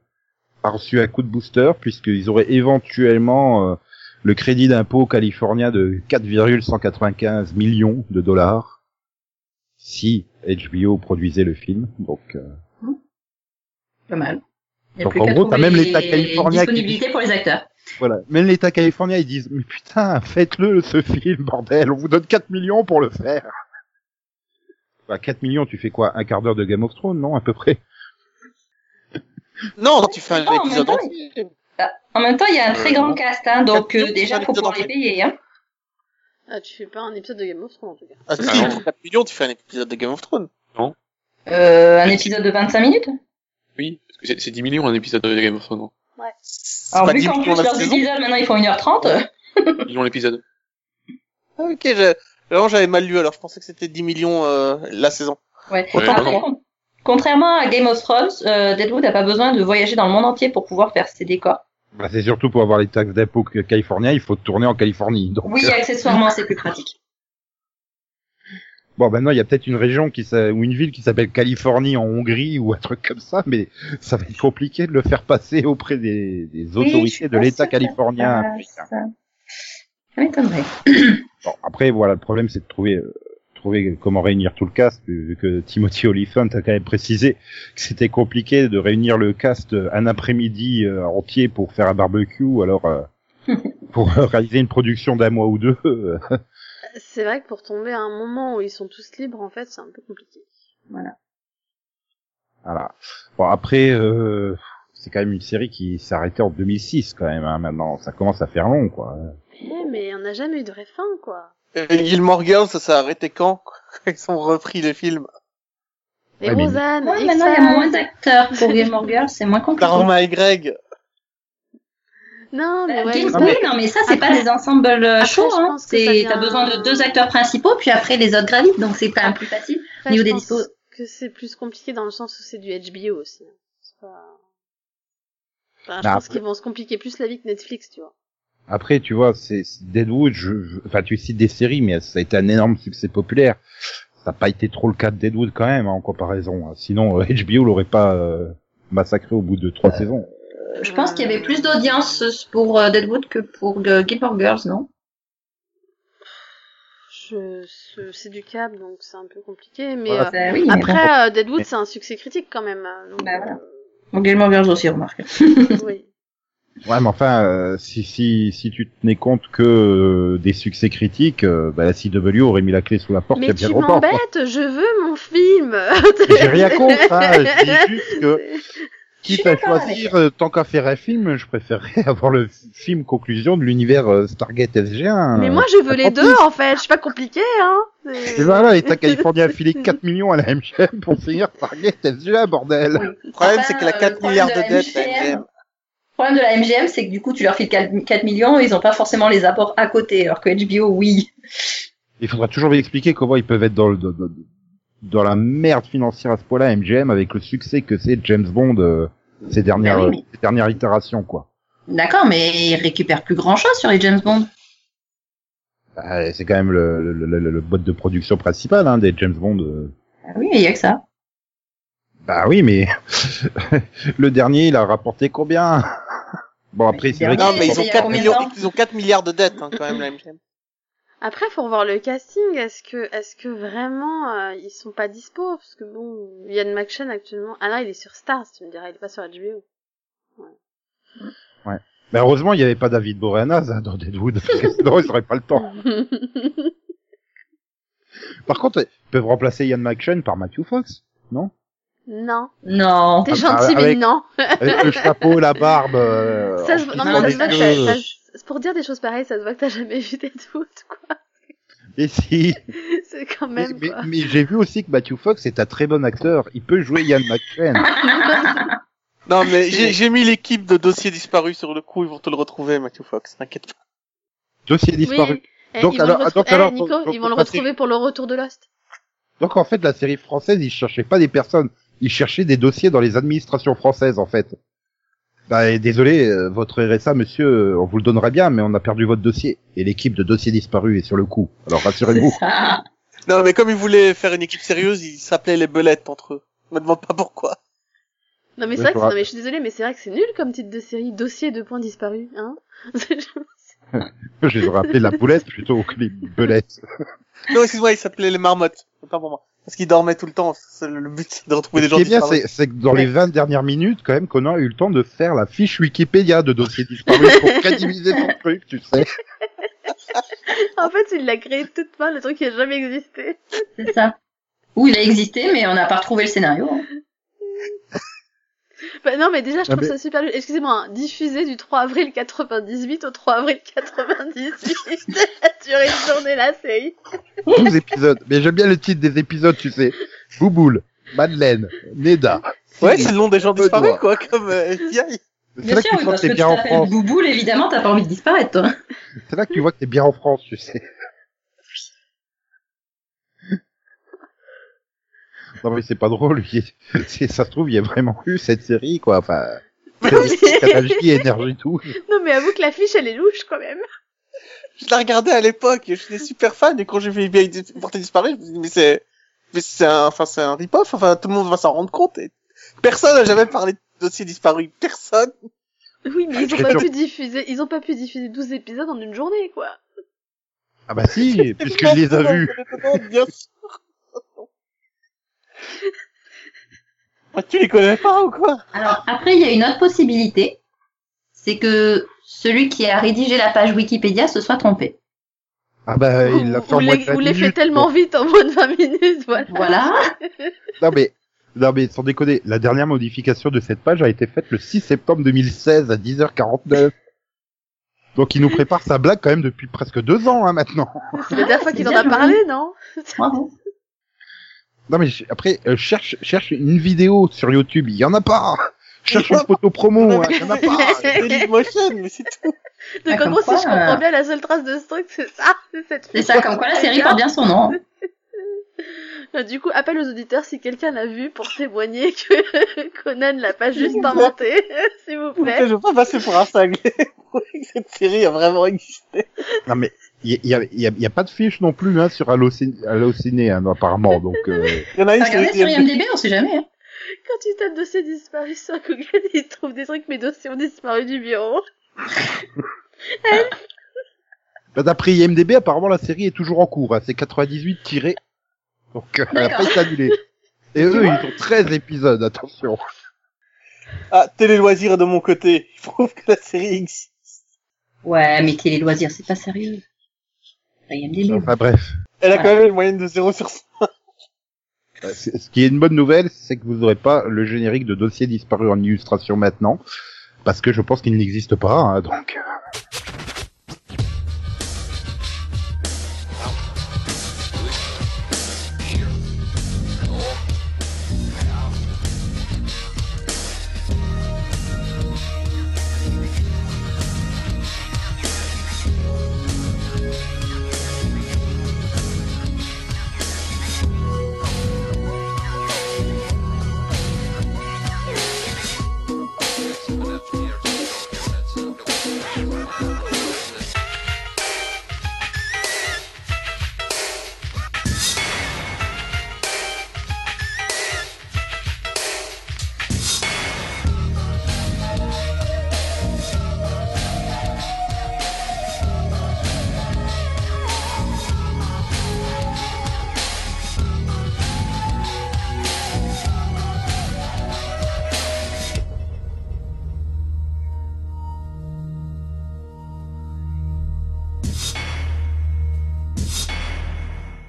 a reçu un coup de booster, puisqu'ils auraient éventuellement euh, le crédit d'impôt californien de 4,195 millions de dollars si HBO produisait le film. Donc, euh,
Pas mal. Il y a
Donc,
plus
en
qu'à
gros, t'as
trouver
même
les
l'État californien qui-
disponibilités pour les acteurs.
voilà. Même l'État californien, ils disent, mais putain, faites-le, ce film, bordel, on vous donne 4 millions pour le faire. Bah, 4 millions, tu fais quoi Un quart d'heure de Game of Thrones, non, à peu près
Non, non, tu fais un
Non, en même
épisode
temps,
entier.
il- Bah, en même temps, il y a un très
Euh,
grand cast, hein, donc
quatre
euh,
millions,
déjà,
c'est un
faut pouvoir
épisode
les payer. Hein.
ça. Ah, tu fais pas un épisode de Game of Thrones, en tout cas.
Ah, si,
Ah non.
pour 4 millions, tu fais un épisode de Game of Thrones.
Euh, un épisode de 25 minutes
Oui, parce que c'est- c'est 10 millions un épisode de Game of Thrones.
C'est
Alors,
pas
vu
10
qu'en
millions
plus,
la
leurs
saison.
épisodes, maintenant, ils font 1h30, euh,
Ils ont l'épisode.
Ah, Ok, j'ai- vraiment, j'avais mal lu, alors je pensais que c'était 10 millions euh, la saison.
ouais.
Ouais,
Après,
vraiment.
con- contrairement à Game of Thrones, euh, Deadwood n'a pas besoin de voyager dans le monde entier pour pouvoir faire ses décors.
Bah, c'est surtout pour avoir les taxes d'impôt que- californiens, il faut tourner en Californie. Donc,
Oui,
euh,
accessoirement, c'est plus pratique.
bon, maintenant, il y a peut-être une région qui s'a- ou une ville qui s'appelle Californie en Hongrie ou un truc comme ça, mais ça va être compliqué de le faire passer auprès des, des
Oui, je suis
autorités de
pas
l'État
sûre que ça
californien.
passe. Ça m'étonnerait.
Bon, après, voilà, le problème, c'est de trouver, euh, trouver comment réunir tout le cast, vu vu que Timothy Oliphant a quand même précisé que c'était compliqué de réunir le cast euh, un après-midi euh, entier pour faire un barbecue, alors euh, pour euh, réaliser une production d'un mois ou deux. euh,
C'est vrai que pour tomber à un moment où ils sont tous libres, en fait, c'est un peu compliqué.
Voilà. Bon après, euh, c'est quand même une série qui s'est arrêtée en 2006 quand même. Hein, maintenant, ça commence à faire long quoi.
Eh, mais on n'a jamais eu de vraie fin, quoi.
Euh, Gilmore Girls, ça s'est arrêté quand Ils ont repris les films.
Et
Ouais, mais-
Rosanne,
Ouais,
et
maintenant, il y a
Sam.
moins d'acteurs pour Gilmore Girls, c'est moins compliqué.
Dharma et Greg.
Non, mais
Euh,
ouais.
James
Ah,
ça-
Bond, non, mais ça, c'est
Après-
pas des ensembles euh,
après,
chauds.
je
Hein.
pense que
C'est-
ça vient-
T'as besoin de deux acteurs principaux, puis après, les autres gravitent, donc c'est quand même plus facile.
Après,
Niveau
je
des
pense
dispos-
que c'est plus compliqué dans le sens où c'est du HBO aussi. C'est pas- Enfin, je
Bah,
pense
après-
qu'ils vont se compliquer plus la vie que Netflix, tu vois.
Après, tu vois, c'est c'est Deadwood. Je, je- enfin, tu cites des séries, mais ça a été un énorme succès populaire. Ça n'a pas été trop le cas de Deadwood quand même, hein, en comparaison. hein. Sinon, euh, HBO l'aurait pas euh, massacré au bout de trois saisons.
Euh, Je pense qu'il y avait plus d'audience pour euh, Deadwood que pour euh, Gilmore Girls, non
Je... ce- C'est du câble, donc c'est un peu compliqué. Mais
Voilà,
euh,
Bah oui, mais bon.
après, euh, Deadwood, c'est un succès critique quand même. hein, donc,
Bah, voilà.
euh,
Bon, Gilmore Girls aussi, remarque.
oui.
Ouais, mais enfin, euh, si, si, si tu tenais compte que euh, des succès critiques, euh, bah, la CW aurait mis la clé sous la porte il y
Mais
a bien
tu
longtemps. quoi.
m'embêtes, je veux mon film.
J'ai rien contre, hein, je dis juste que
Je suis
quitte à
d'accord avec
choisir, euh, tant qu'à faire un film, je préférerais avoir le f- film conclusion de l'univers euh, Stargate SG1.
Mais moi, je veux les
Ah, en
deux,
plus.
en fait. Je suis pas compliqué, hein.
Et voilà, l'État californien a filé 4 millions à la MGM pour finir Target SGA, bordel
Le problème, c'est qu'elle a
Enfin,
4
euh, le
milliards de
problème
dettes, la
MGM.
MGM.
Le problème de la MGM, c'est que du coup, tu leur files 4, 4 millions, ils ont pas forcément les apports à côté, alors que HBO, oui.
Il faudra toujours lui expliquer comment ils peuvent être dans, le, dans, dans- dans la merde financière à ce point-là, MGM, avec le succès que c'est James Bond euh, ces, dernières, euh,
Bah oui, mais-
ces dernières itérations, quoi.
D'accord, mais ils récupèrent plus grand-chose sur les James Bond.
Bah, c'est quand même le, le, le, le- le boîte de production principal hein, des James Bond. euh.
Ah oui, mais il y a que ça.
Bah oui, mais le dernier, il a rapporté combien Bon, après,
Mais
c'est vrai
dernier,
Non,
que-
mais ils ont
il y a
4
combien de
millions,
temps
ils ont 4 milliards de dettes, hein, quand même, la MGM.
Après, faut revoir le casting. Est-ce que, est-ce que vraiment euh, ils sont pas dispo Parce que bon, Yann McShane actuellement. Ah non, il est sur Stars, tu me diras, il est pas sur HBO.
Mais heureusement, il n'y avait pas David Boreanaz hein, dans Deadwood, parce que sinon, ils n'auraient pas le temps. Par contre, ils peuvent remplacer Ian McShane par Matthew Fox, non
non,
Non.
t'es
Ah,
gentil, mais
avec-
non.
Avec le chapeau, la barbe. euh,
Ça, se-
en
non, mais ça se voit que
cheveux.
t'as- ça se- c'est pour dire des choses pareilles, ça se voit que t'as jamais vu des doutes, quoi.
Mais si,
C'est quand
mais,
même
mais-
quoi.
mais j'ai vu aussi que Matthew Fox est un très bon acteur. Il peut jouer Ian McShane.
Non, mais j'ai j'ai mis l'équipe de dossiers disparus sur le coup, ils vont te le retrouver, Matthew Fox, t'inquiète pas.
Dossier disparu.
Oui. Eh,
Donc
ils vont
alors-
le retrou-
donc
eh,
alors,
Nico,
faut- faut-
ils vont le
faut passer-
retrouver pour le retour de Lost.
Donc en fait, la série française, ils cherchaient pas des personnes, ils cherchaient des dossiers dans les administrations françaises en fait. Bah, et désolé, euh, votre RSA, monsieur, euh, on vous le donnera bien, mais on a perdu votre dossier. Et l'équipe de dossiers disparus est sur le coup. Alors
C'est
rassurez-vous.
ça.
Non, mais comme ils voulaient faire une équipe sérieuse, ils s'appelaient les belettes entre eux. Me demande pas pourquoi.
Non mais
Oui,
c'est vrai
faut
que c'est- non
rapp-
mais je suis désolée mais c'est vrai que c'est nul comme titre de série dossier de points disparus hein.
Je les aurais appelés la boulette plutôt que les belettes.
Non, excuse-moi, ils s'appelaient les marmottes. Pas pour moi. Parce qu'ils dormaient tout le temps. C'est le le but de retrouver des
Ce
gens
qui est bien,
disparus.
c'est c'est que dans les 20 dernières minutes, quand même, Conan a eu le temps de faire la fiche Wikipédia de dossiers disparus pour crédibiliser son truc, tu sais.
en fait il l'a créé toute fin le truc qui a jamais existé.
C'est ça. Ou il a existé, mais on n'a pas retrouvé le scénario. hein.
Bah, non mais déjà je
Ah,
trouve
mais-
ça super nul. Excusez-moi hein, diffusé du 3 avril 98 au 3 avril 98 ça a duré une journée la série.
12 épisodes. Mais j'aime bien le titre des épisodes, tu sais. Bouboule, Madeleine, Neda.
Ouais, c'est le nom des gens
Benoît.
disparus, quoi, comme euh, FBI.
C'est là que tu
oui,
sens que
parce que
t'es
tu
bien en
t'appelles
France.
Bouboule, évidemment, t'as pas envie de disparaître, toi.
C'est là que tu vois que t'es bien en France, tu sais. Non mais c'est pas drôle, il est- c'est- ça se trouve il y a vraiment eu cette série quoi, enfin, Canal J, énergie tout.
non mais avoue que l'affiche elle est louche quand même.
Je la regardais à l'époque, j'étais super fan, et quand j'ai vu FBI dis- porter disparu, je me suis dit, mais c'est, mais c'est un, enfin, c'est un rip-off, enfin, tout le monde va s'en rendre compte, et personne n'a jamais parlé de dossier disparu, personne.
Oui mais ils ont
J'étais
pas
sur-
pu diffuser ils ont pas pu diffuser 12 épisodes en une journée quoi.
Ah bah si, puisque je les ai vus.
Bien sûr. Ah, tu les connais pas ou quoi?
Alors, après, il y a une autre possibilité. C'est que celui qui a rédigé la page Wikipédia se soit trompé.
Ah bah il l'a
Ou-
fait
ou
en moins de
les,
20
ou les fait
minutes,
tellement vite en moins de 20 minutes voilà.
Voilà.
quoi. Non mais, non mais sans déconner, la dernière modification de cette page a été faite le 6 septembre 2016 à 10h49. Donc il nous prépare sa blague quand même depuis presque deux ans hein, maintenant.
C'est la dernière fois
C'est
qu'il en
bien
a
joué.
parlé non
Bravo.
Non mais ch- après, euh, cherche, cherche une vidéo sur YouTube, il y en a pas. Cherche
Il y en
une
a
photo
Non,
promo, hein,
mais-
il y en a pas.
Dailymotion, mais c'est tout.
Donc
Ah,
en gros,
comme quoi,
si je comprends
euh,
bien, la seule trace de ce truc, c'est ça, c'est cette
C'est
photo.
ça, comme quoi la série porte bien son nom.
Euh, Du coup, appel aux auditeurs si quelqu'un l'a vu pour témoigner que Conan l'a pas juste inventé, s'il vous
Je
plaît.
veux pas passer pour un cinglé. Cette série a vraiment existé.
Non mais il y, a- il y a- il y a pas de fiche non plus hein, sur Allociné, Allociné hein, apparemment, donc euh,
Il y en a une
T'as
sur le
regardé sur
DMD.
IMDB, on sait jamais. hein.
Quand tu tapes dossier disparu sur Google, il trouve des trucs, mes dossiers ont disparu du bureau.
bah, d'après IMDb, apparemment la série est toujours en cours. Hein, c'est 98 tiré, donc euh, elle a pas
D'accord.
été annulée. Et eux, ils ont 13 épisodes, attention.
Ah, Télé Loisirs est de mon côté. Il prouve que la série existe.
Ouais, mais télé loisirs, c'est pas sérieux. Sur IMDb.
Enfin bref,
Elle a
Ouais.
quand même une moyenne de 0 sur 100.
Euh, c'est- ce qui est une bonne nouvelle, c'est que vous n'aurez pas le générique de dossier disparu en illustration maintenant, parce que je pense qu'il n'existe pas, hein, donc.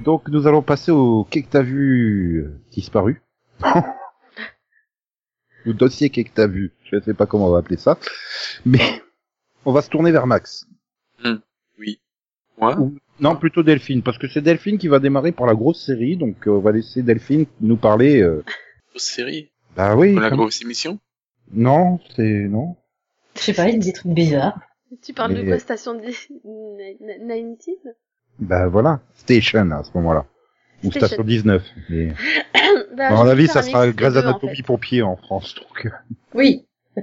Donc nous allons passer au Qu'est-ce que t'as vu euh, disparu Ou dossier Qu'est-ce que t'as vu Je sais pas comment on va appeler ça. Mais on va se tourner vers Max.
Moi
Non, plutôt Delphine, parce que c'est Delphine qui va démarrer pour la grosse série, donc euh, on va laisser Delphine nous parler. euh,
Grosse série
Bah oui.
Pour la
comme-
grosse émission
Non, c'est non.
Je sais pas, il dit des trucs bizarres.
Tu parles de
Mais-
quoi, station de... Ni- Ni- Nineteen
Bah voilà, Station à ce moment-là. Ou
Station.
Station 19. Mais...
Bah,
à mon
j'ai
avis,
pu faire
ça
un
sera
mix des
Grey's
deux, en
Anatomy
fait.
pompier en France, donc. euh,
Oui.
Mm,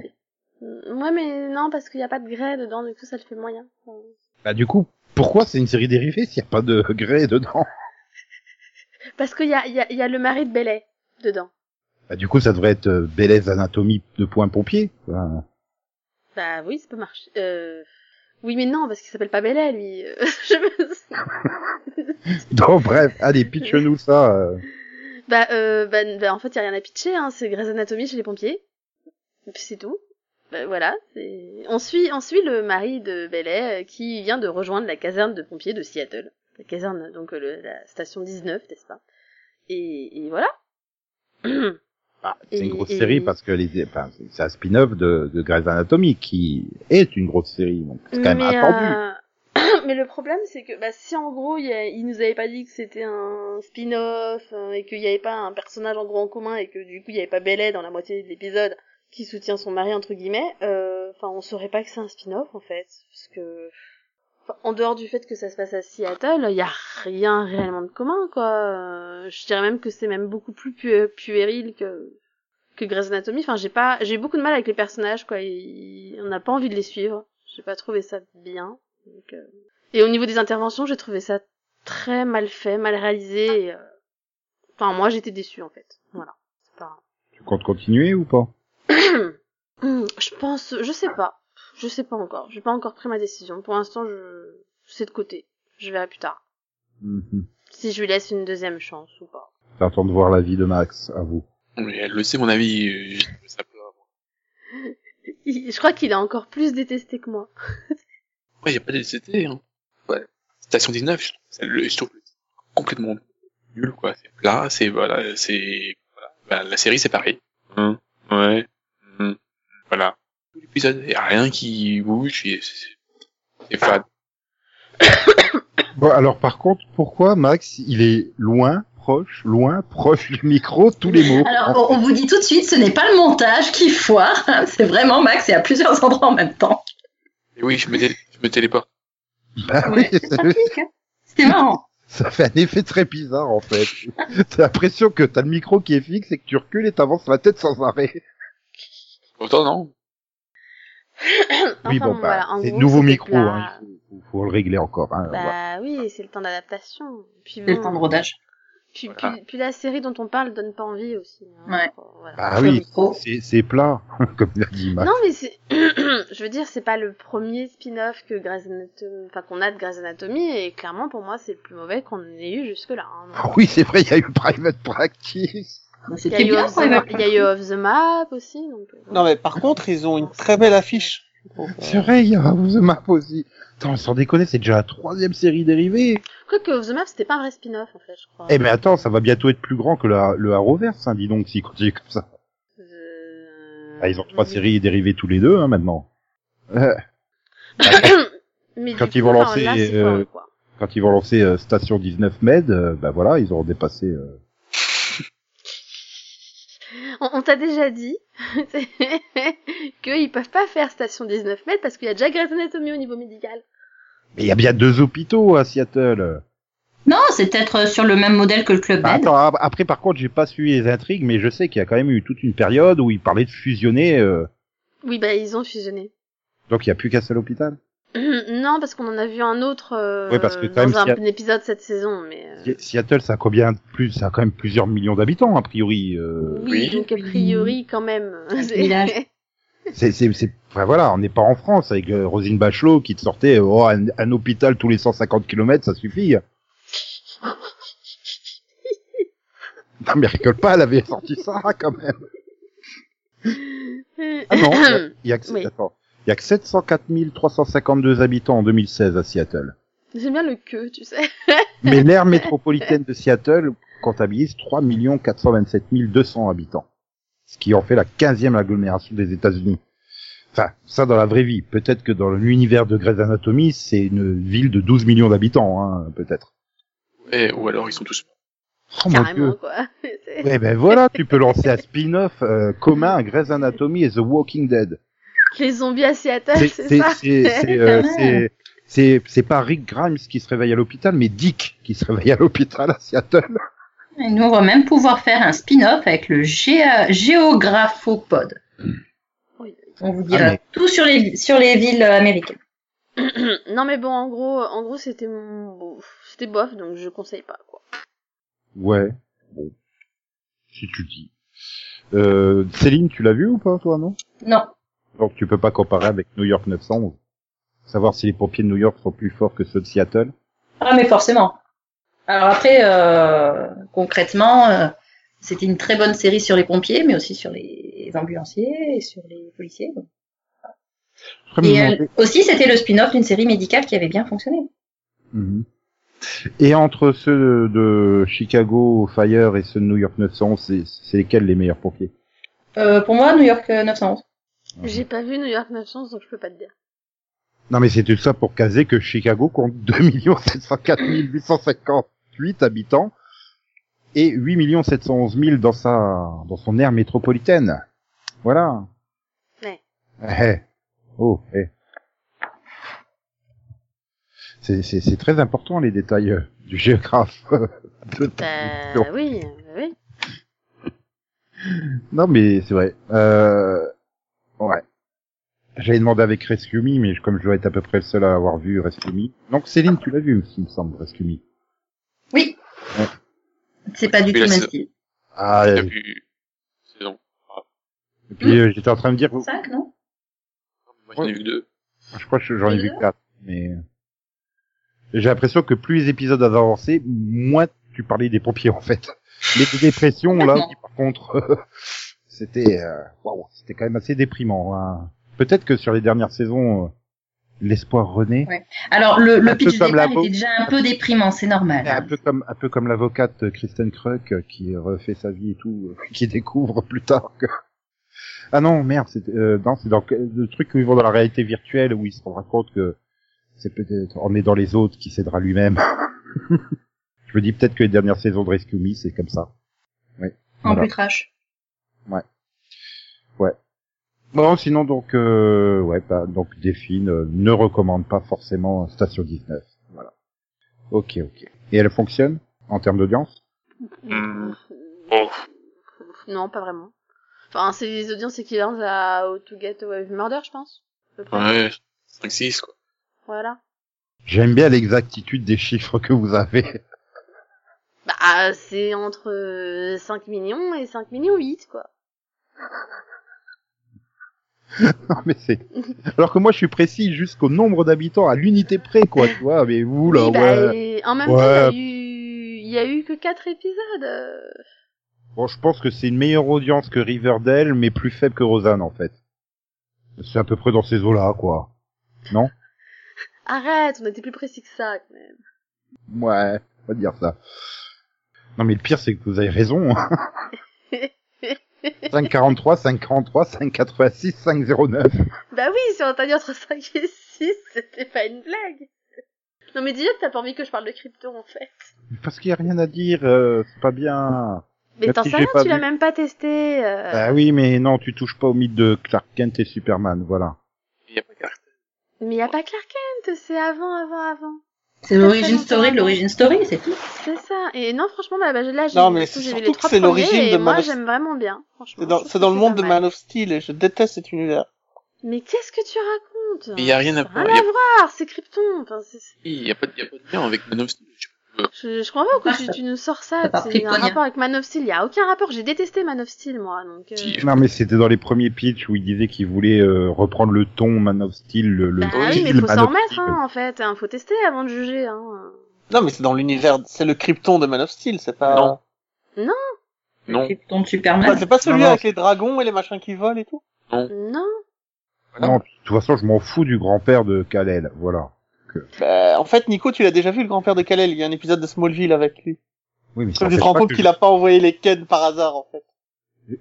Ouais, mais non, parce qu'il n'y a pas de grès dedans, du coup, ça le fait hein. moyen.
Bah du coup, pourquoi c'est une série dérivée s'il n'y a pas de Grey dedans
Parce qu'il y a, il y, a, il y a le mari de Belay dedans.
Bah, du coup, ça devrait être euh, Bélèze Anatomie de Point Pompier. quoi.
Bah oui, ça peut marcher. Euh... Oui, mais non, parce qu'il s'appelle pas Belay, lui. Euh, Je me...
Donc, bref, allez, pitch-nous ça. euh.
Bah, euh, bah, bah, en fait, y a rien à pitcher, hein. C'est Grey's Anatomy chez les pompiers. Et puis c'est tout. Bah, voilà. c'est- On suit, on suit le mari de Belay euh, qui vient de rejoindre la caserne de pompiers de Seattle. La caserne, donc euh, le- la station 19, n'est-ce pas et, et voilà.
Bah, c'est
Et-
une grosse
et-
série parce que les, enfin, c'est- c'est un spin-off de, de Grey's Anatomy qui est une grosse série, donc c'est quand même attendu.
euh, mais le problème, c'est que bah, si en gros, il, y a- il nous avait pas dit que c'était un spin-off euh, et qu'il n'y avait pas un personnage en gros en commun et que du coup, il n'y avait pas Belay dans la moitié de l'épisode qui soutient son mari, entre guillemets, euh, enfin, on saurait pas que c'est un spin-off, en fait. Parce que, enfin, en dehors du fait que ça se passe à Seattle, il n'y a rien réellement de commun, quoi. Euh, Je dirais même que c'est même beaucoup plus pu- puéril que que Grey's Anatomy, enfin j'ai pas, j'ai beaucoup de mal avec les personnages quoi, Ils- on n'a pas envie de les suivre, j'ai pas trouvé ça bien. Donc, euh, Et au niveau des interventions, j'ai trouvé ça très mal fait, mal réalisé. et, euh, Enfin, moi, j'étais déçue, en fait. Voilà. C'est pas...
Tu comptes continuer ou pas
Hmm, je pense... Je sais pas. Je sais pas encore. J'ai pas encore pris ma décision. Pour l'instant, je... C'est de côté. Je verrai plus tard.
Mhm.
Si je lui laisse une deuxième chance ou pas.
J'attends de voir la vie de Max, à vous.
Mais elle le sait, mon avis. euh, j'ai trouvé ça plat.
Il- Je crois qu'il a encore plus détesté que moi.
Ouais, y a pas de DCT, hein. Ouais. Station 19, je trouve, ça le- je trouve le titre complètement nul, quoi. C'est plat, c'est, voilà, c'est, voilà. Bah, la série, c'est pareil. Hein, ouais. hmm, Voilà. Tout l'épisode, y a rien qui bouge, et c'est, c'est fade.
Bon, alors par contre, pourquoi Max, il est loin proche, loin, proche du micro, tous les mots.
Alors, on, on vous dit tout de suite, ce n'est pas le montage qui foire. C'est vraiment Max et à plusieurs endroits en même temps.
Et oui, je me, dé- je me téléporte.
oh,
Bah oui,
Ouais.
ça,
Pratique, hein. C'était marrant.
ça fait un effet très bizarre en fait. t'as l'impression que t'as le micro qui est fixe et que tu recules et t'avances la tête sans arrêt.
Autant non.
oui,
Enfin,
bon,
bon,
bah,
voilà, en
c'est
gros,
nouveau
c'était
micro,
la-
hein, il faut, faut le régler encore. Hein, voilà.
Bah oui, c'est le temps d'adaptation. Puis,
C'est le
bon,
temps de rodage.
puis, puis-
Voilà.
puis la série dont on parle donne pas envie aussi. hein.
Ouais.
Voilà.
Ah
Sur le
oui,
micro.
c'est c'est plat, comme l'a dit Max.
Non mais c'est, je veux dire, c'est pas le premier spin-off que Grey's Anatomy, enfin qu'on a de Grey's Anatomy et clairement pour moi c'est le plus mauvais qu'on ait eu hein. jusque là.
Ah oui, c'est vrai, il y a eu Private Practice.
Il y
Bah,
a
C'était
eu
bien.
Off the
ça,
Ma-
Max.
il y a eu Off the Map aussi. Donc, euh,
Non, mais par contre, ils ont une très belle affiche. Donc, euh,
C'est vrai, il y a vous map aussi. Attends, sans déconner, c'est déjà la troisième série dérivée.
Quoique Off the Map c'était pas un vrai spin-off en fait, je crois.
Eh mais attends, ça va bientôt être plus grand que la- le Arrowverse, hein, dis donc, s'ils continuent comme ça.
Euh,
Ah, ils ont trois
oui.
séries dérivées tous les deux, hein, maintenant. Euh,
Mais du
Quand
coup,
ils vont
enfin,
lancer,
là, c'est
euh,
foireux, quoi.
quand ils vont lancer euh, Station 19 Med, euh, bah voilà, ils auront dépassé... euh,
On, on t'a déjà dit qu'ils peuvent pas faire station 19 mètres parce qu'il y a déjà Grey's Anatomy au niveau médical.
Mais il y a bien deux hôpitaux à Seattle.
Non, c'est peut-être euh, sur le même modèle que le Club
Ah,
Med.
attends, ah, après par contre, j'ai pas suivi les intrigues, mais je sais qu'il y a quand même eu toute une période où ils parlaient de fusionner, euh,
Oui, bah ils ont fusionné.
donc il y a plus qu'un seul hôpital.
non, parce qu'on en a vu un autre euh,
Oui, parce que quand
dans
même,
un,
s'il y
épisode cette saison. Mais, euh,
Si- Seattle, ça a combien de plus Ça a quand même plusieurs millions d'habitants, a priori. euh,
oui,
oui.
donc a priori quand même. C'est-
village.
c'est, c'est, c'est- enfin, voilà, on n'est pas en France avec euh, Rosine Bachelot qui te sortait euh, oh, un, un hôpital tous les 150 km, ça suffit. non mais rigole pas, elle avait sorti ça quand même. Ah non, il y a- il y a, que-
Oui.
attends, il y a que 704 352 habitants en 2016 à Seattle.
J'aime bien le que, tu sais.
Mais l'aire métropolitaine de Seattle comptabilise 3 427 200 habitants, ce qui en fait la 15e agglomération des États-Unis. Enfin, ça dans la vraie vie. Peut-être que dans l'univers de Grey's Anatomy, c'est une ville de 12 millions d'habitants, hein, peut-être.
Et- ou alors ils sont tous.
Oh mon
Carrément,
Dieu.
quoi. C'est-
Eh ben voilà, tu peux lancer un spin-off euh, commun à Grey's Anatomy et The Walking Dead.
Les zombies à Seattle,
C'est-
c'est
c'est-
ça
c'est- c'est, euh,
Ah.
c'est- C'est c'est pas Rick Grimes qui se réveille à l'hôpital, mais Dick qui se réveille à l'hôpital à Seattle.
Et nous, on va même pouvoir faire un spin-off avec le Géa- Géographopod.
Oui.
On vous dira
Ah, mais-
tout sur les, sur les villes euh, américaines.
Non mais bon, en gros, en gros c'était mon- bon, pff, c'était bof, donc je conseille pas. Quoi.
Ouais. Bon. Si tu le dis. Euh, Céline, tu l'as vu ou pas, toi, non
Non.
Donc tu peux pas comparer avec New York 911. Savoir si les pompiers de New York sont plus forts que ceux de Seattle.
Ah, mais forcément. Alors après, euh, concrètement, euh, c'était une très bonne série sur les pompiers, mais aussi sur les ambulanciers et sur les policiers. donc.
Je me
Et euh,
demandais-
aussi, c'était le spin-off d'une série médicale qui avait bien fonctionné.
Mhm. Et entre ceux de Chicago Fire et ceux de New York 911, c'est- c'est lesquels les meilleurs pompiers
Euh, pour moi, New York euh, 911.
J'ai pas vu New York 911, donc je peux pas te dire.
Non mais c'est tout ça pour caser que Chicago compte 2 704 858 habitants et 8 711 000 dans sa dans son aire métropolitaine. Voilà.
Ouais.
Eh. Oh. Eh. C'est c'est c'est très important les détails euh, du géographe. De ta
Bah
culture.
oui, bah oui.
Non mais c'est vrai. Euh... Ouais. J'avais demandé avec Rescue Me, mais comme je dois être à peu près le seul à avoir vu Rescue Me. Donc Céline, tu l'as vu aussi, il me semble, Rescue Me.
Oui.
Ouais.
C'est pas du
Oui,
tout
la
le même
saison-
style.
Ah,
T'as
et
vu saison.
puis euh, j'étais en train de dire,
5, non
Moi j'en ai vu que deux.
je crois que j'en ai vu quatre, mais euh, j'ai l'impression que plus les épisodes avançaient, moins tu parlais des pompiers en fait. Les dépressions là,
Complètement.
qui, par contre, euh, c'était, euh, waouh, c'était quand même assez déprimant. hein. Peut-être que sur les dernières saisons, euh, l'espoir renaît.
Alors, le, le
Un peu
pitch du
comme la Ah,
départ
peau.
était déjà un peu déprimant, c'est normal. Hein.
Un peu comme un peu comme l'avocate euh, Kristen Kruk euh, qui refait sa vie et tout, euh, qui découvre plus tard que ah non merde c'est euh, non c'est dans que- le truc où ils vont dans la réalité virtuelle où ils se rendent compte que c'est peut-être on est dans les autres qui cédera lui-même. Je Je me dis peut-être que les dernières saisons de Rescue Me, c'est comme ça. Oui.
En
Voilà.
plus trash.
Bon, sinon donc, euh, ouais, bah, donc Delphine euh, ne recommande pas forcément Station 19. Voilà. Ok, ok. Et elle fonctionne en termes d'audience
Hmm.
Euh,
Bon.
Non, pas vraiment. Enfin, c'est les audiences équivalentes à How to Get Away with Murder, je pense. à peu près.
Ouais, 5-6, quoi.
Voilà.
J'aime bien l'exactitude des chiffres que vous avez.
Bah, c'est entre euh, 5 millions et 5 millions 8, quoi.
non mais c'est. Alors que moi je suis précis jusqu'au nombre d'habitants à l'unité près, quoi. Tu vois, mais vous là,
Oui, bah,
ouais.
et en même
Ouais.
temps, il y a eu- il y, a eu que 4 épisodes. euh.
Bon, je pense que c'est une meilleure audience que Riverdale, mais plus faible que Rosanne en fait. C'est à peu près dans ces eaux-là, quoi.
Arrête, on était plus précis que ça, quand même.
Ouais, on va dire ça. Non mais le pire c'est que vous avez raison. hein. 543, 543, 586, 509.
Bah oui, si on t'a dit entre 5 et 6, c'était pas une blague. Non, mais déjà que t'as pas envie que je parle de crypto, en fait.
Parce qu'il y a rien à dire, euh, c'est pas bien.
Mais
Même
t'en
si
sais
j'ai
rien,
pas
tu l'as
vu.
même pas testé. euh.
Ah oui, mais non, tu touches pas au mythe de Clark Kent et Superman, voilà.
Il y a pas qu'à arrêter.
Mais y a pas Clark Kent, c'est avant, avant, avant.
C'est l'origin story de l'origin story, c'est tout.
C'est ça. Et non, franchement, bah, bah, là, j'ai
Non, mais
j'ai
c'est
vu
surtout
les
que
trois
c'est
premiers
l'origine
et
de
moi,
Man of-
j'aime vraiment bien. Franchement,
C'est dans,
Je trouve
c'est dans
que
le monde
pas
de
mal.
Man of Steel et je déteste cet univers.
Mais qu'est-ce que tu racontes
Il y a rien à
Ça
voir.
a
Il y a-
voir, c'est Krypton. Enfin, c'est- c'est-
Il y a pas de il y a pas de lien avec Man of Steel. Je-
je, je crois pas que
part
tu,
ça.
tu nous sors ça.
À
Il y a
part
un
Kryptonien.
rapport avec Man of Steel. Il y a aucun rapport. J'ai détesté Man of Steel, moi. Donc, euh,
Si.
Non mais c'était dans les premiers pitchs où il disait qu'il voulait euh, reprendre le ton Man of Steel, le, le
Bah oui,
style
mais faut
Man
s'en
of
remettre,
Steel.
hein, en fait. hein. Faut tester avant de juger. Hein.
Non, mais c'est dans l'univers, c'est le Krypton de Man of Steel, c'est pas.
Non.
Non.
Non,
Krypton de
Enfin,
Superman.
c'est pas celui
Non, non.
avec les dragons et les machins qui volent et tout.
Non.
Non, de toute façon, je m'en fous du grand-père de Kal-El, voilà.
Bah, en fait, Nico, tu l'as déjà vu le grand-père de Kalel. Il y a un épisode de Smallville avec lui.
Oui, mais ça
Sauf que tu te
empêche
rends
pas
compte
que
qu'il a pas envoyé les Ken par hasard, en fait.